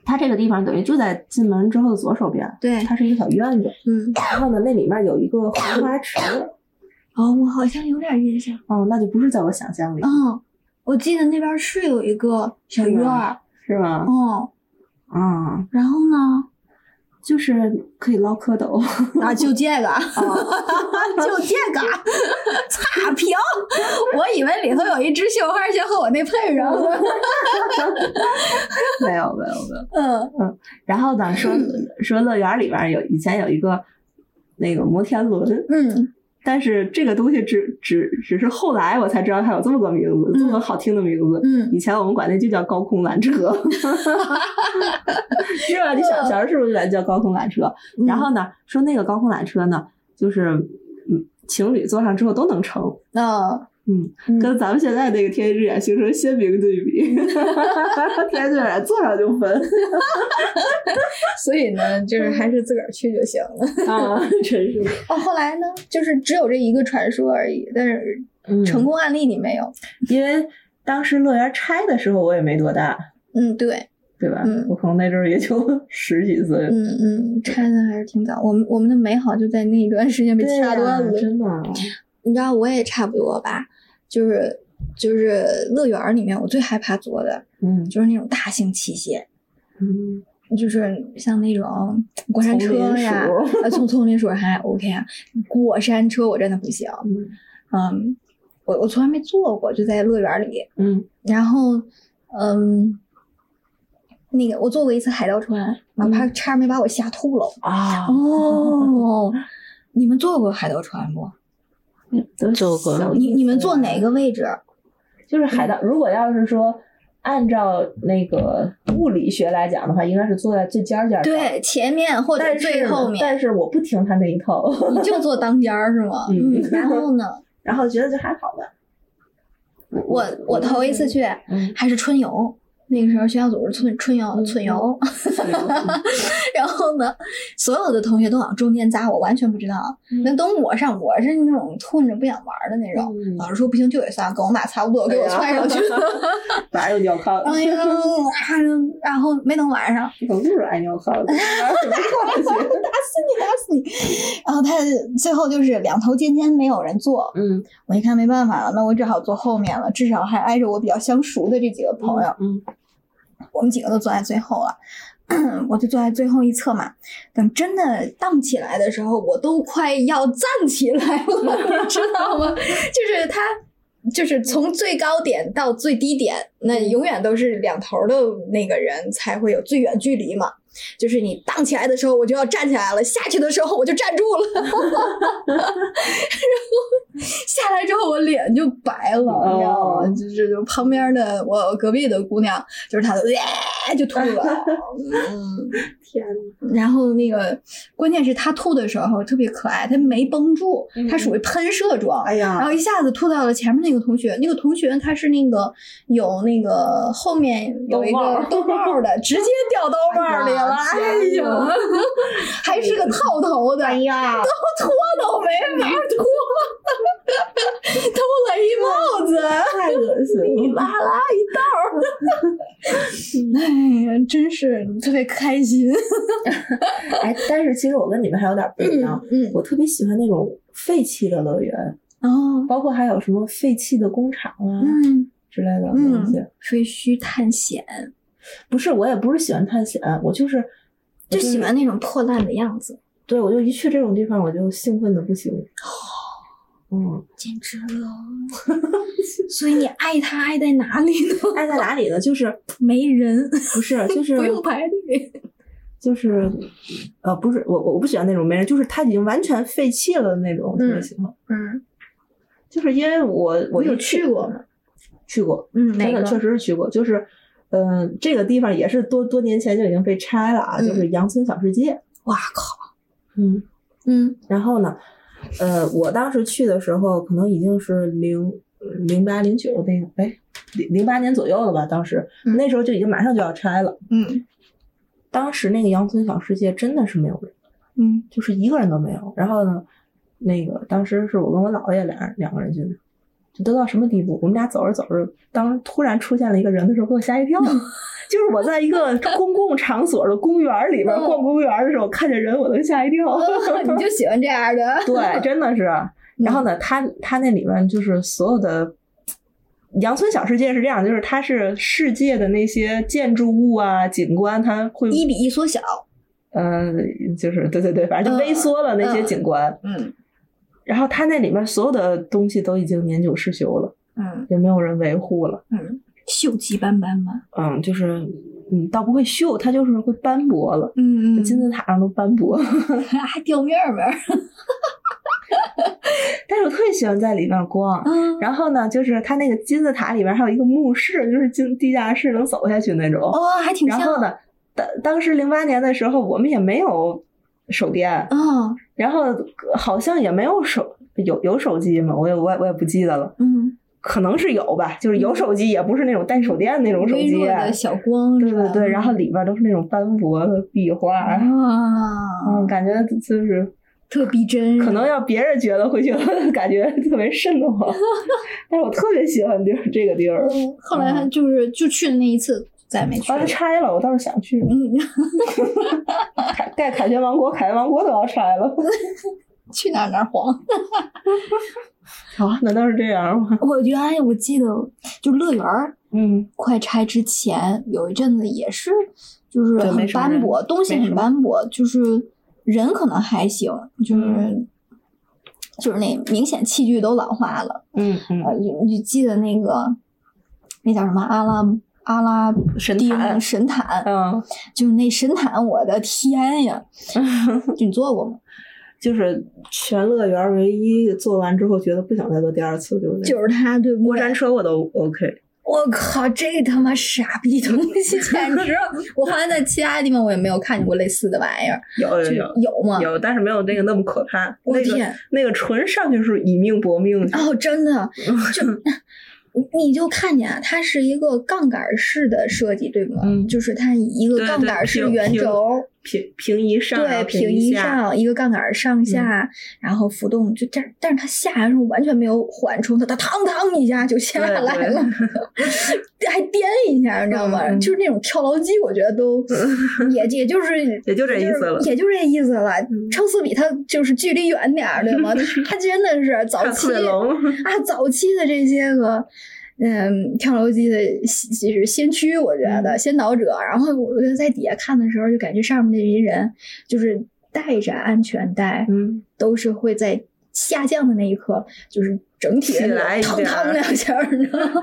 S6: 它这个地方等于就在进门之后的左手边，
S3: 对，
S6: 它是一个小院子。
S3: 嗯，
S6: 然后呢，那里面有一个红花 池，
S3: 哦，我好像有点印象。
S6: 哦，那就不是在我想象里，
S3: 哦，我记得那边是有一个小院儿，
S6: 是吗？
S3: 哦，
S6: 啊、
S3: 然后呢？
S6: 就是可以捞蝌蚪，
S3: 啊，就这个，就这个，差评！我以为里头有一只绣花鞋和我那配上了。
S6: 没有没有没有。
S3: 嗯，
S6: 然后呢，说说乐园里边有以前有一个那个摩天轮，
S3: 嗯，
S6: 但是这个东西只只只是后来我才知道它有这么个名字，这么个好听的名字。
S3: 嗯
S6: 以前我们管那就叫高空缆车，是吧？你
S4: 嗯
S6: 小时候是不是管叫高空缆车？然后呢，说那个高空缆车呢，就是嗯，情侣坐上之后都能成，
S3: 嗯，
S6: 嗯，
S3: 嗯
S6: 跟咱们现在那个天之眼形成鲜明对比。 天之眼坐上就分
S3: 所以呢，就是还是自个儿去就行了。
S6: 啊，真是
S3: 哦，后来呢，就是只有这一个传说而已，但是成
S5: 嗯
S6: 功。
S3: 功案例里没有。
S6: 因为当时乐园拆的时候我也没多大，
S3: 嗯，对，
S6: 对吧？
S3: 嗯
S6: 我可能那阵儿也就十几岁。
S3: 嗯嗯，拆的还是挺早。我们我们的美好就在那一段时间被
S6: 对
S3: 掐
S6: 呀
S3: 断了。
S6: 真的。
S3: 你知道，我也差不多吧，就是就是乐园儿里面我最害怕坐的
S6: 嗯
S3: 就是那种大型器械。
S6: 嗯，
S3: 就是像那种过山车呀
S6: 丛林，
S3: 呃，从丛林鼠还 OK 啊，过山车我真的不行，嗯，我我从来没坐过，就在乐园里，
S6: 嗯，
S3: 然后，嗯，那个我坐过一次海盗船，哪怕差点没把我吓吐了。
S6: 嗯啊，
S3: 哦， 你们坐过海盗船不？
S6: 都
S5: 走过
S6: 小
S3: 你你们
S6: 意思
S3: 坐
S6: 了
S3: 哪个位置？
S6: 就是
S3: 嗯
S6: 海盗，如果要是说按照那个物理学来讲的话，应该是坐在最尖儿尖儿上。
S3: 对，前面或者
S6: 但是
S3: 最后面，
S6: 但是我不听他那一套，
S3: 你就坐当间儿是吗？
S6: 嗯
S3: 然后呢，
S6: 然后觉得就还好吧。
S3: 我我头一次去
S6: 嗯
S3: 还是春游，那个时候学校组织春春游春游，
S6: 嗯
S3: 然后呢，所有的同学都往中间扎，我完全不知道。
S6: 嗯
S3: 那等我上，我是那种混着不想玩的那种。
S6: 嗯
S3: 老师说不行，就得算，跟我妈差不多，给我窜上去了。
S6: 晚上有尿炕，
S3: 哎呀，啊然后没等晚 上，
S6: 可不是爱尿炕的， 什么
S3: 打死你，打死你！然后他最后就是两头尖尖，没有人坐。
S6: 嗯
S3: 我一看没办法了，那我只好坐后面了，至少还挨着我比较相熟的这几个朋友。
S6: 嗯
S3: 我们几个都坐在最后了。 我就坐在最后一侧嘛。等真的荡起来的时候，我都快要站起来了， 你知道吗？就是它，就是从最高点到最低点，那永远都是两头的那个人才会有最远距离嘛。就是你荡起来的时候，我就要站起来了；下去的时候，我就站住了。 然后下来之后，我脸就白了，你知道吗？就是就旁边的我隔壁的姑娘，就是她的，哎就吐了。嗯，
S4: 天呐，
S3: 然后那个关键是她吐的时候特别可爱，她没绷住，她属于喷射状。
S4: 嗯哎
S3: 然
S4: 呀，
S3: 后一下子吐到了前面那个同学，那个同学他是那个有那个后面有一个兜帽 儿的，直接掉兜帽儿里了，哎
S4: 哎呀
S3: 呦， 还是个套头的，哎呀，都脱都没法脱， 偷了一帽 子，
S4: 太恶心
S3: 里哇
S4: 了！
S3: 啦一道儿，哎呀，真是特别开心，
S4: 哎，但是其实我跟你们还有点不一样，
S3: 嗯，
S4: 我特别喜欢那种废弃的乐园，
S3: 哦，
S4: 包括还有什么废弃的工厂啊
S3: 嗯，
S4: 之类的东
S6: 嗯
S4: 西。
S3: 废墟探险，
S4: 不是，我也不是喜欢探险，我就是
S3: 就喜欢那种破烂的样子，
S4: 对我就一去这种地方我就兴奋的不行。嗯，
S3: 简直 了！所以你爱他爱在哪里呢？
S4: 爱在哪里呢？ 就是
S3: 没人，
S4: 不是就是
S3: 不用排队。
S4: 就是，呃，不是我我不喜欢那种没人，就是他已经完全废弃了的那种，我特别喜欢。
S3: 嗯，
S4: 就是因为我我
S3: 你有
S4: 一
S3: 去过吗？
S4: 去过，
S3: 嗯，哪
S4: 真的
S3: 个？
S4: 确实是去过，就是。嗯，这个地方也是多多年前就已经被拆了啊，
S3: 嗯
S4: 就是杨村小世界。
S3: 哇靠！
S4: 嗯，
S3: 嗯
S4: 然后呢，呃，我当时去的时候，可能已经是零零八零九那个，哎，零零八年左右了吧？当时、
S3: 嗯
S4: 那时候就已经马上就要拆了。
S3: 嗯
S4: 当时那个羊村小世界真的是没有人，
S3: 嗯
S4: 就是一个人都没有。然后呢，那个当时是我跟我姥爷俩人两个人去的，就都到什么地步？我们俩走着走着，当时突然出现了一个人的时候，给我吓 一跳。就是我在一个公共场所的公园里边
S3: 嗯
S4: 逛公园的时候，看见人我都吓一 跳。
S3: 你就喜欢这样 的？
S4: 对，真的是。然
S3: 嗯
S4: 后呢，它它那里面就是所有的羊村小世界是这样，就是它是世界的那些建筑物啊、景观，它会
S3: 一比一缩小。
S4: 嗯、就是对对对，反正
S3: 嗯
S4: 就微缩了那些
S3: 嗯
S4: 景观。
S3: 嗯
S4: 然后它那里面所有的东西都已经年久失修了，
S3: 嗯
S4: 也没有人维护了。
S3: 嗯，锈迹斑斑嘛。
S4: 嗯，就是嗯，倒不会锈，它就是会斑驳了。
S3: 嗯嗯，
S4: 金字塔上都斑驳了，
S3: 还掉面儿面儿。
S4: 但是我特别喜欢在里面逛。
S3: 嗯
S4: 然后呢，就是它那个金字塔里边还有一个墓室，就是进地下室能走下去那种。
S3: 哦，还挺
S4: 然
S3: 像。
S4: 后呢，当当时零八年的时候，我们也没有手电，
S3: 嗯
S4: 然后好像也没有手有有手机嘛，我也我也我也不记得了，
S3: 嗯，
S4: 可能是有吧，就是有手机，也不是那种带手电那种手
S3: 微
S4: 机啊
S3: 弱。的小光
S4: 对
S3: 是吧。
S4: 对对，然后里边都是那种斑驳的壁画，
S3: 啊
S4: 嗯，，感觉就是
S3: 特逼真，
S4: 可
S6: 嗯
S4: 能要别人觉得会觉得 感觉特别瘆得 慌，但是我特别喜欢地儿这个地儿。
S3: 嗯，后来他就是就去了那一次，再没去
S4: 把
S3: 了
S4: 它。拆了，我倒是想 去。
S3: 嗯，
S4: 凯盖凯旋王国，凯旋王国都要拆了。
S3: 去哪儿哪儿黄。
S4: 好，难道是这样吗？
S3: 我原来我记得就乐园儿
S4: 嗯，
S3: 快拆之前有一阵子也是，就是
S4: 对没
S3: 很
S4: 什么
S3: 斑
S4: 人
S3: 驳，东西
S4: 没什
S3: 很
S4: 么
S3: 斑驳，就是人可能还行，就是。
S4: 嗯
S3: 就是那明显器具都老化了，
S4: 嗯嗯
S3: 呃，你你记得那个那叫什么阿拉阿拉
S4: 神
S3: 丁
S4: 坛
S3: 神坛，
S4: 嗯，
S3: 就是那神坛，我的天 呀！你做过吗？
S4: 就是全乐园唯一做完之后觉得不想再做第二次，就是那个
S3: 就是他对不
S4: 过
S3: 对
S4: 山车我都 OK。
S3: 我靠，这他妈傻逼东西简直了！我好像在其他地方我也没有看见过类似的玩意儿，
S4: 有
S3: 就
S4: 有有
S3: 有吗？
S4: 有，但是没有那个那么可怕。
S3: 我
S4: 那
S3: 天
S4: 个那个纯上去是以命搏命去。
S3: 哦，真的， 就你就看见啊，它是一个杠杆式的设计，对吗？
S4: 嗯
S3: 就是它以一个
S4: 对
S3: 杠
S4: 对
S3: 杆式
S4: 平
S3: 圆
S4: 平
S3: 轴，
S4: 平平移上，啊
S3: 对，
S4: 平
S3: 平移
S4: 下，嗯
S3: 上一个杠杆上下，然后浮动，就这样。但是它下来的时候完全没有缓冲，它它嘡嘡一下就下
S4: 对
S3: 来
S4: 对
S3: 了，还颠一下，你知道吗？
S4: 嗯嗯
S3: 就是那种跳楼机，我觉得 都也也就是
S4: 也就这意思了嗯
S3: 也就这意思了。撑死比他就是距离 远点儿，对吗？他真的是早
S4: 看
S3: 期
S4: 特别聋。
S3: 啊，早期的这些个。嗯，跳楼机的先就是先驱，我觉
S4: 嗯
S3: 得、先导者。然后我就在底下看的时候，就感觉上面那些人就是带着安全带，
S4: 嗯，
S3: 都是会在下降的那一刻，就是整体人
S4: 起来一
S3: 腾
S4: 点儿
S3: 腾两下儿，你知道 吗？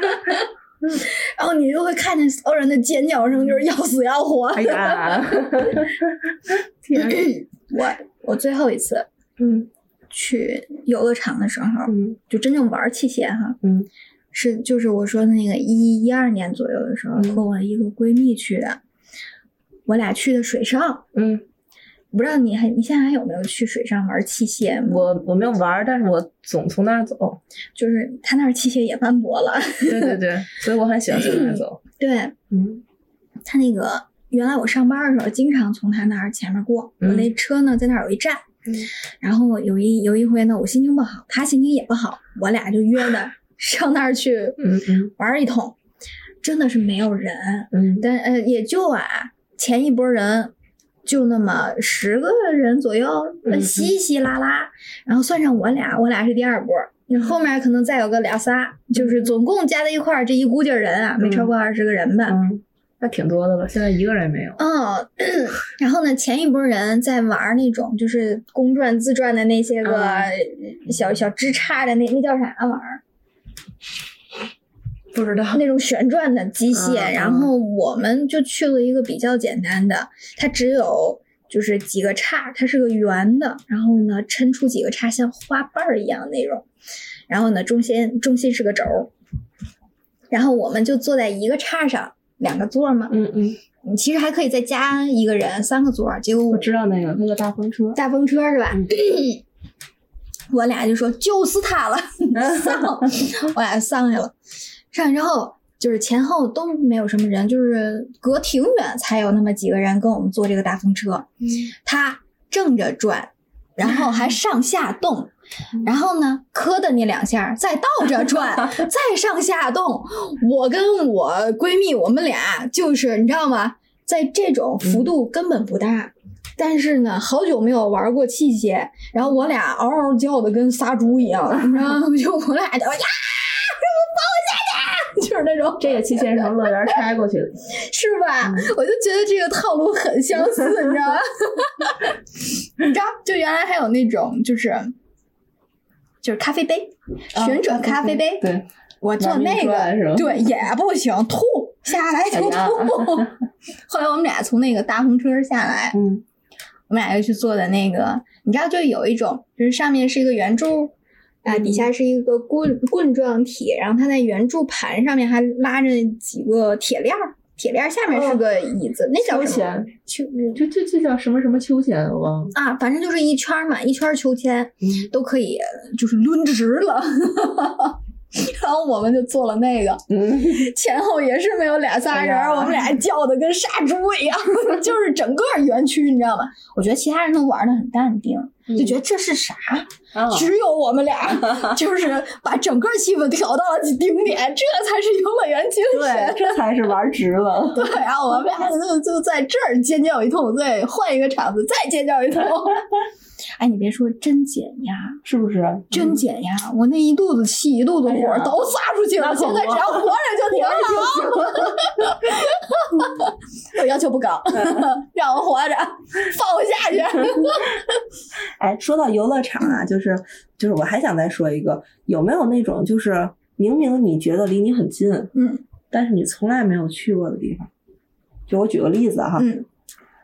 S3: 然后你就会看见所有人的尖叫声，就是要死要活。
S4: 哎呀， 天，
S3: 我我最后一次
S4: 嗯
S3: 去游乐场的时候，
S4: 嗯
S3: 就真正玩儿器械哈，
S4: 嗯，
S3: 是就是我说的那个一一二年左右的时候，
S4: 嗯
S3: 和我一个闺蜜去的，我俩去的水上，
S4: 嗯，
S3: 不知道你还你现在还有没有去水上玩器械吗？
S4: 我我没有玩儿，但是我总从那儿走，
S3: 就是他那儿器械也斑驳了，
S4: 对对对，所以我很喜欢从那儿走，
S3: 对
S4: 嗯
S3: 他那个。原来我上班儿的时候，经常从他那儿前面过。我那车呢，在那儿有一站，
S4: 嗯
S3: 然后有一有一回呢，我心情不好，他心情也不好，我俩就约着上那儿去
S4: 嗯嗯
S3: 玩儿一通。真的是没有人，
S4: 嗯，
S3: 但呃，也就啊，前一波人就那么十个人左右，呃
S4: 嗯
S3: 稀稀拉拉，然后算上我俩，我俩是第二波，那后面可能再有个俩仨，就是总共加在一块儿，这一估计人啊，没超过二十个人吧。
S4: 嗯，那挺多的了，现在一个人也没有，
S3: 嗯， 然后呢，前一波人在玩那种就是公转自转的那些个呃
S4: 啊
S3: 小、小枝杈的那那叫啥玩意儿？
S4: 不知道，
S3: 那种旋转的机械，
S4: 嗯嗯
S3: 然后我们就去了一个比较简单的，它只有就是几个叉，它是个圆的，然后呢抻出几个叉像花瓣儿一样那种，然后呢中心中心是个轴儿，然后我们就坐在一个叉上，两个座儿嘛，
S4: 嗯嗯，
S3: 你其实还可以再加一个人，三个座儿，结果
S4: 我
S3: 我
S4: 知道那个那个大风车，
S3: 大风车是吧？
S4: 嗯
S3: 我俩就说就死他了，丧，我俩丧去了。上去之后就是前后都没有什么人，就是隔挺远才有那么几个人跟我们坐这个大风车。它正着转，然后
S4: 嗯
S3: 还上下动，然后呢磕的那两下，再倒着 转，再上下动。我跟我闺蜜，我们俩就是你知道吗，在这种幅度根本不大。但是呢，好久没有玩过器械，然后我俩嗷嗷叫的跟杀猪一样，你知道吗？就 我俩就呀，什么放下呀，就是那种
S4: 这个器械是嗯从乐园拆过去的，
S3: 是吧？我就觉得这个套路很相似，你知道吗？你知道，就原来还有那种就是就是咖啡杯，旋转咖啡杯，
S4: 啊对，
S3: 我做那
S4: 玩命转是吧
S3: 个对也不行，吐下来就
S4: 哎呀
S3: 吐。后来我们俩从那个大红车下来，
S4: 嗯
S3: 我们俩就去做的那个，你知道，就有一种就是上面是一个圆柱。啊，
S4: 嗯
S3: 底下是一个棍棍状体，然后它在圆柱盘上面还拉着几个铁链儿，铁链儿下面是
S4: 哦
S3: 个椅子，那叫什
S4: 秋
S3: 么？秋
S4: 千，这这这叫什么什么秋千，我忘了，
S3: 啊，反正就是一圈儿嘛，一圈儿秋千
S4: 嗯
S3: 都可以，就是抡直了。 然后我们就做了那个，
S4: 嗯，
S3: 前后也是没有俩仨人儿，
S4: 哎呀
S3: 我们俩叫的跟杀猪一样， 就是整个园区，你知道吗？我觉得其他人都玩的很淡定，就觉得这是啥？
S4: 嗯啊
S3: 只有我们 俩，就是把整个气氛调到了顶点，这才是游乐园精神。
S4: 这才是玩值了。
S3: 对，然后我们俩就就在这儿尖叫一通，再换一个场子再尖叫一通。 哎，你别说，真解压，
S4: 是不是？
S3: 真解压！我那一肚子气，一肚子火
S4: 哎呀
S3: 都撒出去了。
S4: 那可
S3: 现在
S4: 不
S3: 只要活着就挺 好。 我要求不高， 让我活着，放我下 去。
S6: 哎，说到游乐场啊，就是就是我还想再说一个，有没有那种就是明明你觉得离你很近，
S3: 嗯
S6: 但是你从来没有去过的地方？就我举个例子哈，
S3: 嗯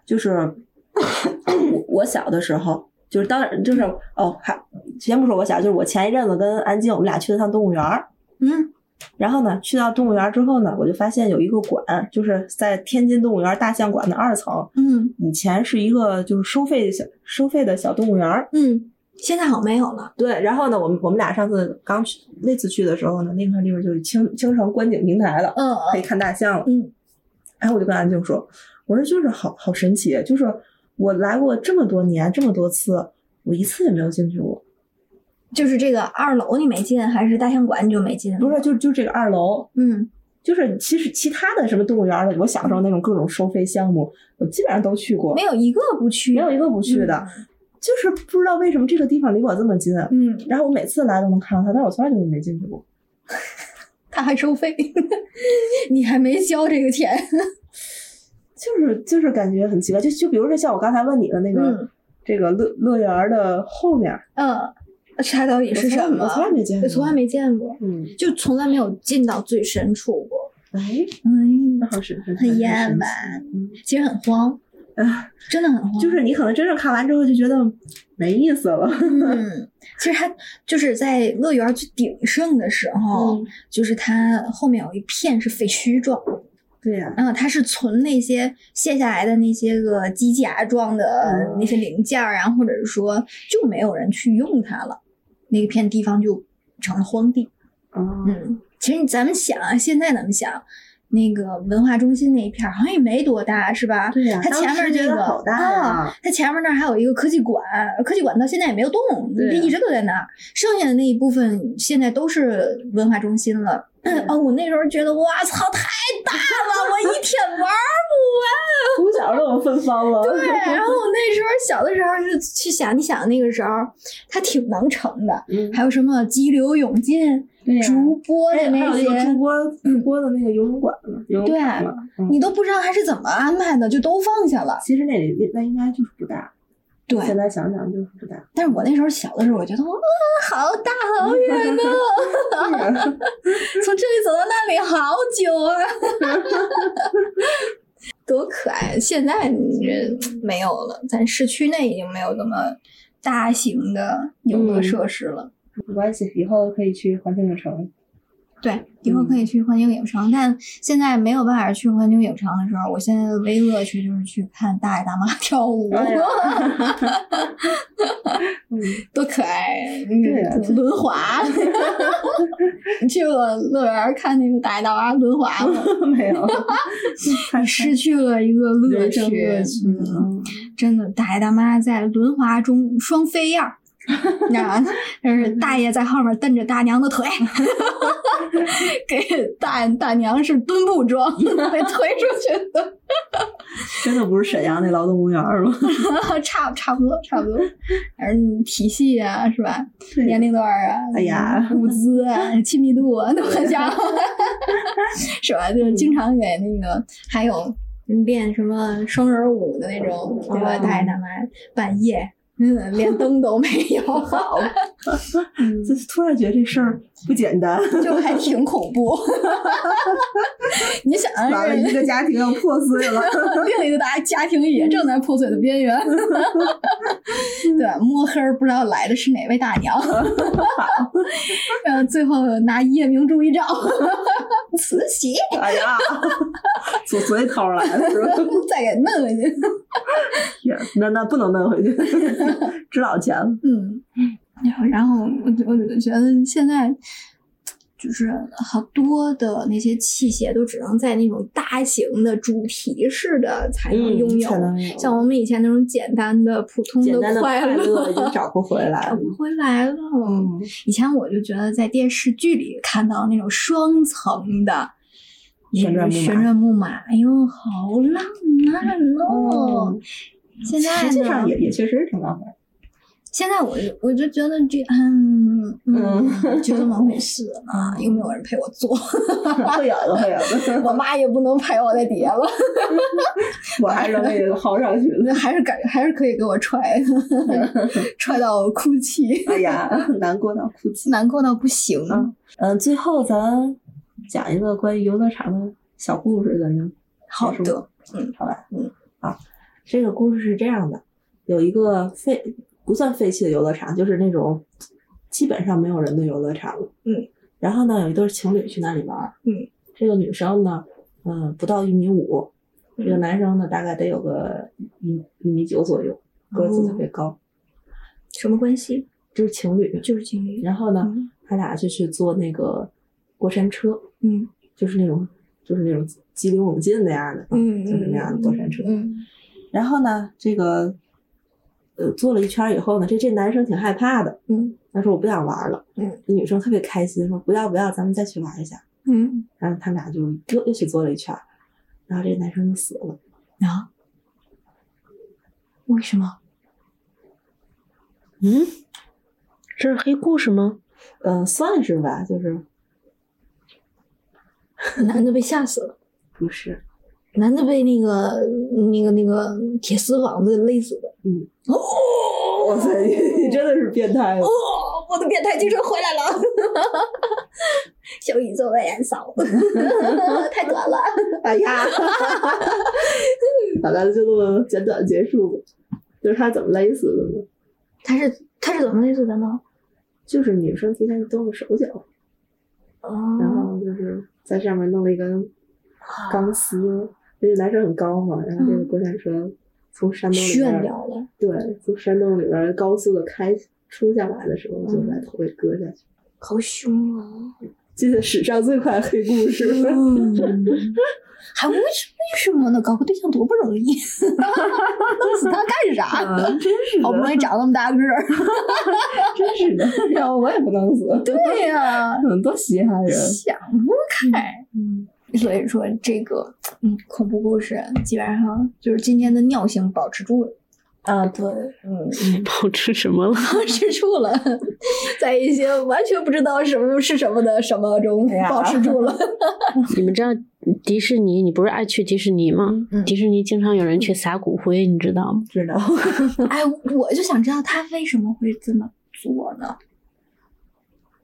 S6: 就是我我小的时候，就是当然就是哦，还先不说我小，就是我前一阵子跟安静我们俩去了趟动物园儿，
S3: 嗯
S6: 然后呢去到动物园儿之后呢，我就发现有一个馆，就是在天津动物园儿大象馆的二层，
S3: 嗯
S6: 以前是一个就是收费小收费的小动物园儿。
S3: 嗯，现在好没有了。
S6: 对，然后呢，我们我们俩上次刚去那次去的时候呢，那块地方就是青青城观景平台了，
S3: 嗯
S6: 可以看大象了。
S3: 嗯
S6: 哎，我就跟安静说，我说就是好好神奇，就是我来过这么多年，这么多次，我一次也没有进去过。
S3: 就是这个二楼你没进，还是大象馆你就没进？
S6: 不是，就就这个二楼，
S3: 嗯，
S6: 就是其实其他的什么动物园儿的，我小时候那种各种收费项目，我基本上都去过
S3: 没，有一个不去，
S6: 没有一个不去
S3: 嗯
S6: 的。就是不知道为什么这
S4: 啊
S6: 个地方离我这么近，
S3: 嗯。嗯
S6: 然后我每次来都能看到它，但是我从来就没进去过。
S3: 他还收费， 你还没交这个钱。
S4: 就是就是感觉很奇怪，就就比如说像我刚才问你的那个、
S3: 嗯
S4: 这个乐乐园的后面儿，
S3: 嗯，沙岛也
S4: 我
S3: 是
S4: 从来
S3: 什么
S4: 我？从来没见过，
S3: 我从来没见过，
S4: 嗯，
S3: 就从来没有进到最深处过。
S4: 哎，那
S3: 嗯，
S4: 好是
S3: 很厌
S4: 神
S3: 吧
S4: 奇嗯？
S3: 其实很慌，
S4: 啊，
S3: 真的很慌。
S4: 就是你可能真正看完之后就觉得没意思 了，
S3: 嗯，其实它就是在乐园最鼎盛的时候，
S4: 嗯
S3: 就是它后面有一片是废墟状，
S4: 对呀、
S3: 然后它是存那些卸下来的那些个机甲状的
S4: 嗯
S3: 那些零件儿啊，或者是说就没有人去用它了，那片地方就成了荒地。
S4: 哦，
S3: 嗯，其实咱们想啊，现在咱们想。那个文化中心那一片儿好像也没多大，是吧？
S4: 对呀
S3: 它
S4: 当
S3: 前面
S4: 时
S3: 儿这
S4: 那
S3: 个
S4: 个好大呀
S3: 啊，它前面那儿还有一个科技馆，科技馆到现在也没有动，它一直都在那儿。剩下的那一部分现在都是文化中心了。哦，我那时候觉得，哇操，太大了，我一天玩儿
S4: 从小都有芬芳了，
S3: 不完。对，然后我那时候小的时候就去想，你想那个时候，它挺能成的，
S4: 嗯
S3: 还有什么激流勇进、
S4: 对呀
S3: 竹播
S4: 还
S3: 的
S4: 有
S3: 那
S4: 那
S3: 些，
S4: 个中国中国的那个游泳馆嘛，游泳
S3: 对啊
S4: 馆嘛，嗯
S3: 你都不知道他是怎么安排的，就都放下了。
S4: 其实那里那那应该就是不大，
S3: 对
S4: 现在想想就是不大，
S3: 但是我那时候小的时候，我觉得哇，好大好 远呢、从这里走到那里好久啊， 多可爱！现在这没有了，咱市区内已经没有这么大型的游乐
S4: 嗯
S3: 设施了。
S4: 没关系，以后可以去环球影城。
S3: 对，以后
S4: 嗯
S3: 可以去环球影城，但现在没有办法去环球影城的时候，我现在的唯一乐趣就是去看大爷大妈 跳舞。
S4: 哎呀嗯，
S3: 多可爱！
S4: 对啊
S3: 嗯轮滑， 你去过乐园看那个大爷大妈轮滑吗？
S4: 没有，
S3: 你失去了一个乐
S4: 人
S3: 趣
S4: 生乐趣，
S3: 嗯，
S4: 嗯
S3: 真的，大爷大妈在轮滑中双飞燕儿。那就是大爷在后面蹬着大娘的腿，给大大娘是蹲步装， 被推出去的。
S4: 真的不是沈阳那劳动公园吗？
S3: 差差不多，差不多，反正体系啊，是吧？
S4: 对
S3: 年龄段儿啊，
S4: 哎呀
S3: 舞姿 啊，亲密度啊，都很像，是吧？
S4: 嗯
S3: 就是经常给那个，还有练什么双人舞的那种，对吧？
S4: 哦
S3: 大爷大妈半夜，嗯，连灯都没 有，
S4: 就是突然觉得这事儿不简单，
S3: 就还挺恐 怖。 你想啊，
S4: 完了
S3: 人
S4: 一个家庭要破碎了。
S3: 另一个大家庭也正在破碎的边缘，对，摸黑儿不知道来的是哪位大娘， 然后最后拿夜明珠一照， 慈禧
S4: 哎呀，从嘴掏来的是吧？
S3: 再给弄回去。
S4: 天，那那不能弄回去，值老 钱了。
S3: 嗯，然后然后我就我就觉得现在就是好多的那些器械都只能在那种大型的主题式的才能
S4: 嗯
S3: 拥有，
S4: 才能有
S3: 像我们以前那种简单的、普通
S4: 简单的
S3: 快
S4: 快乐已经找不回来
S3: 找
S4: 了。
S3: 不哎回来了。以前我就觉得在电视剧里看到那种双层的
S4: 旋转木马
S3: 旋转木马，哎呦，好浪漫哦！
S4: 嗯
S3: 现在呢
S4: 实际上也也确实挺浪漫。
S3: 现在我就我就觉得这嗯嗯，就这么回事啊，又没有人陪我做，
S4: 会有的，会 有的。
S3: 我妈也不能陪我在底下了，
S4: 我还是为了薅上去的。
S3: 那还是感还是可以给我踹 的，踹到哭泣，
S4: 哎呀， 难过到哭泣。
S3: 难过到不行。
S4: 嗯嗯，最后咱讲一个关于游乐场的小故事，咱就
S3: 好
S4: 结束
S3: 的，嗯，
S4: 好吧，
S3: 嗯，
S4: 啊，这个故事是这样的，有一个废不算废弃的游乐场，就是那种基本上没有人的游乐场了，
S3: 嗯，
S4: 然后呢，有一对情侣去那里玩儿，
S3: 嗯，
S4: 这个女生呢，嗯，不到一米五，这个
S3: 嗯
S4: 男生呢，大概得有个一一米九左右，个
S3: 哦
S4: 子特别高，
S3: 什么关系？
S4: 这是情侣，
S3: 就是情侣。
S4: 然后呢，
S3: 嗯
S4: 他俩就去坐那个过山车，
S3: 嗯
S4: 就是那种就是那种激流勇进那样的，
S3: 嗯，
S4: 就是那样的过山车。
S3: 嗯
S4: 然后呢，这个呃坐了一圈儿以后呢，这这男生挺害怕的，
S3: 嗯
S4: 他说我不想玩儿了。
S3: 嗯，
S4: 这女生特别开心，说不要不要，咱们再去玩一下。
S3: 嗯
S4: 然后他俩就又又去坐了一圈儿，然后这男生就死了。
S3: 啊？为什么？
S5: 嗯，这是黑故事吗？
S4: 呃嗯、算是吧，就是
S3: 男的被吓死了，
S4: 不是，
S3: 男的被那个那个那个铁丝网子勒死的。
S4: 嗯，
S3: 哦，
S4: 哇塞，你真的是变态了
S3: 哦，我的变态精神回来了， 小宇宙的燃烧， 太短了。
S4: 哎 呀，大概就这么简短结束吧。就是他怎么勒死的呢？
S3: 他是他是怎么勒死的呢？
S4: 就是女生提前动了手脚，然
S3: 哦，
S4: 后就是在上面弄了一根钢丝，因为男生很高嘛，然后这个过山车从山洞里边
S3: 炫
S4: 儿，
S3: 掉了，
S4: 对，从山洞里边儿高速的开冲下来的时候，就把头给割下去。
S3: 好凶啊！
S4: 记得史上最快黑故事，
S3: 嗯，还为为什么呢？搞个对象多不容易， 弄死他干啥？
S4: 啊真是
S3: 好不容易长那么大个儿，
S4: 真是的，要 我也不能死，
S3: 对 呀、
S4: 嗯，多稀罕人。
S3: 想不开。嗯，所以说这个嗯恐怖故事基本上就是今天的尿性保持住了。啊，对，嗯，
S5: 保持什么了？
S3: 保持住了， 在一些完全不知道什么是什么的什么中
S4: 哎呀
S3: 保持住 了。
S5: 你们知道迪士尼？你不是爱去迪士尼吗？
S3: 嗯
S5: 迪士尼经常有人去撒骨灰，你知道吗？
S4: 知道，
S3: 哎，我就想知道他为什么会这么做呢？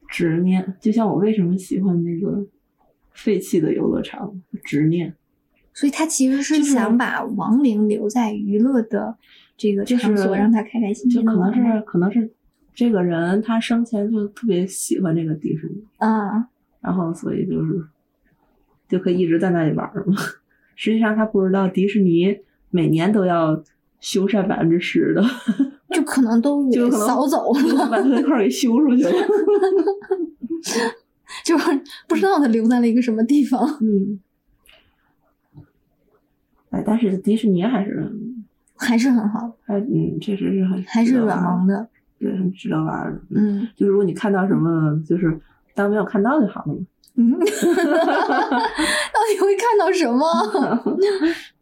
S4: 执念，就像我为什么喜欢那个废弃的游乐场，执念，
S3: 所以他其实是想把亡灵留在娱乐的这个
S4: 就是
S3: 场所，让他开开心
S4: 就
S3: 心的
S4: 可能
S3: 玩儿。
S4: 是可能是这个人他生前就特别喜欢这个迪士尼，
S3: 啊，
S4: 然后所以就是就可以一直在那里玩儿嘛。实际上他不知道迪士尼每年都要修缮百分之十的，
S3: 就可能都给
S4: 就可能
S3: 扫走了，
S4: 把他那块儿给修出去了。
S3: 就是不知道他留在了一个什么地方，
S4: 嗯，哎，但是迪士尼还是
S3: 还是很好，
S4: 还嗯，确实是很啊
S3: 还
S4: 值
S3: 是
S4: 得
S3: 软
S4: 玩儿
S3: 萌，的。啊
S4: 对，很值得玩儿的。，
S3: 嗯
S4: 就如果你看到什么，就是当没有看到就好了嘛。
S3: 嗯，到底会看到什 么？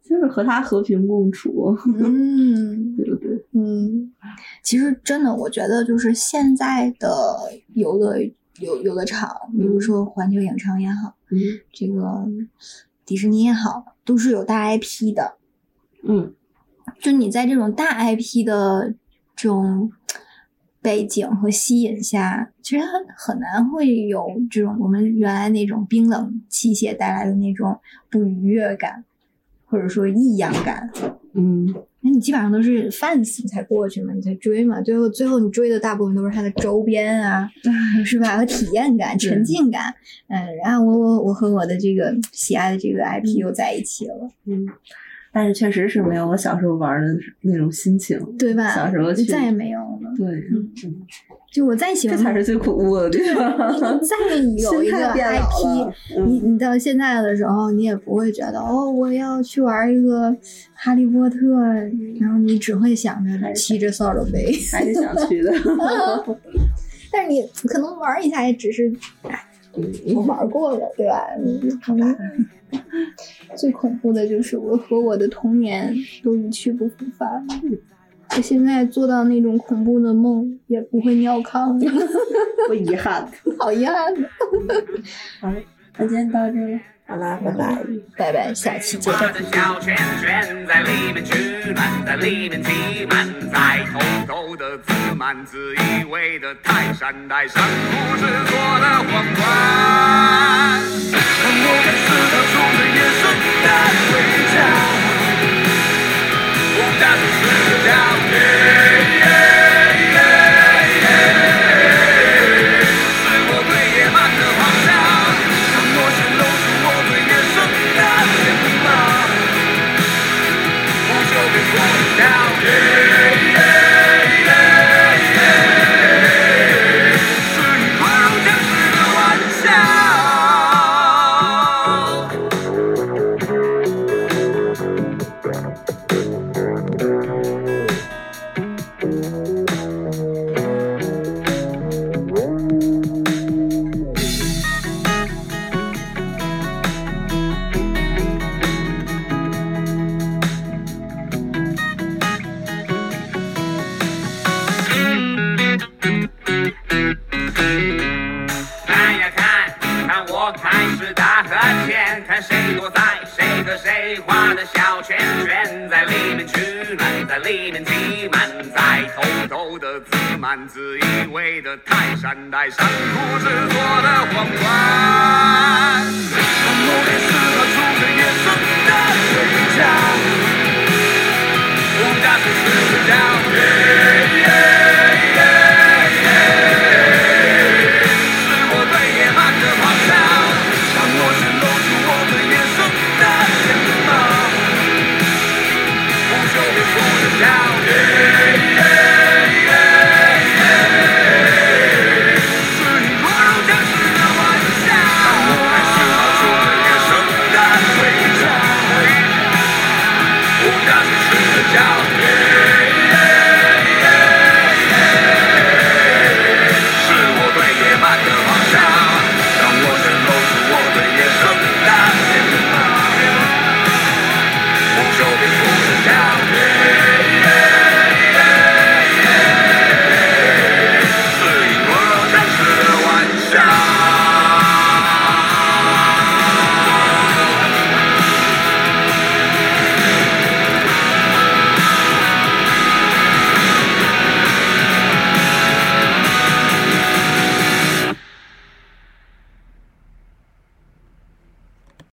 S4: 就是和他和平共处，
S3: 嗯。
S4: 对不对？
S3: 嗯，其实真的，我觉得就是现在的游乐游游乐场，比如说环球影城也好，
S4: 嗯
S3: 这个迪士尼也好，都是有大 IP 的。
S4: 嗯，
S3: 就你在这种大 IP 的这种背景和吸引下，其实很很难会有这种我们原来那种冰冷器械带来的那种不愉悦感，或者说异样感。
S4: 嗯，
S3: 那你基本上都是 fans 你才过去嘛，你才追嘛，最后最后你追的大部分都是它的周边啊， 是吧？和体验感、沉浸感，嗯，然后我我我和我的这个喜爱的这个 IP 又在一起了，
S4: 嗯，但是确实是没有我小时候玩的那种心情。
S3: 对吧？
S4: 小时候去
S3: 再也没有了，
S4: 对，
S3: 嗯就我再喜
S4: 这
S3: 欢
S4: 才是最恐怖的地
S3: 你
S4: 方。
S3: 再有一
S4: 心
S3: 个
S4: 态变老
S3: IP，
S4: 了嗯
S3: 你你到现在的时候，你也不会觉得哦，我要去玩一个哈利波特，然后你只会想着骑着扫帚飞。
S4: 还是想去的。
S3: 但是你可能玩一下，也只是哎，我玩过了，对吧？嗯可能最恐怖的就是我和我的童年都一去不复返。我现在做到那种恐怖的梦也不会尿炕，
S4: 我遗憾。
S3: 好遗憾。啊
S4: 那今天到这了，
S7: 好啦，拜拜。
S3: 拜拜，下期见。
S1: 画的小圈圈在里面取暖，在里面挤满，在偷偷的自满，自以为的太善待，上不知所的荒诞。我们四个冲着野兽带回家，我大声嘶叫，是我对野蛮的咆哮。承诺是露出我对人生的翅膀，我就给我掉。是与狂傲交眼看谁多在，谁和谁画的小圈圈，在里面取暖，在里面挤满，在偷偷的自满，自以为的泰山，带上不知足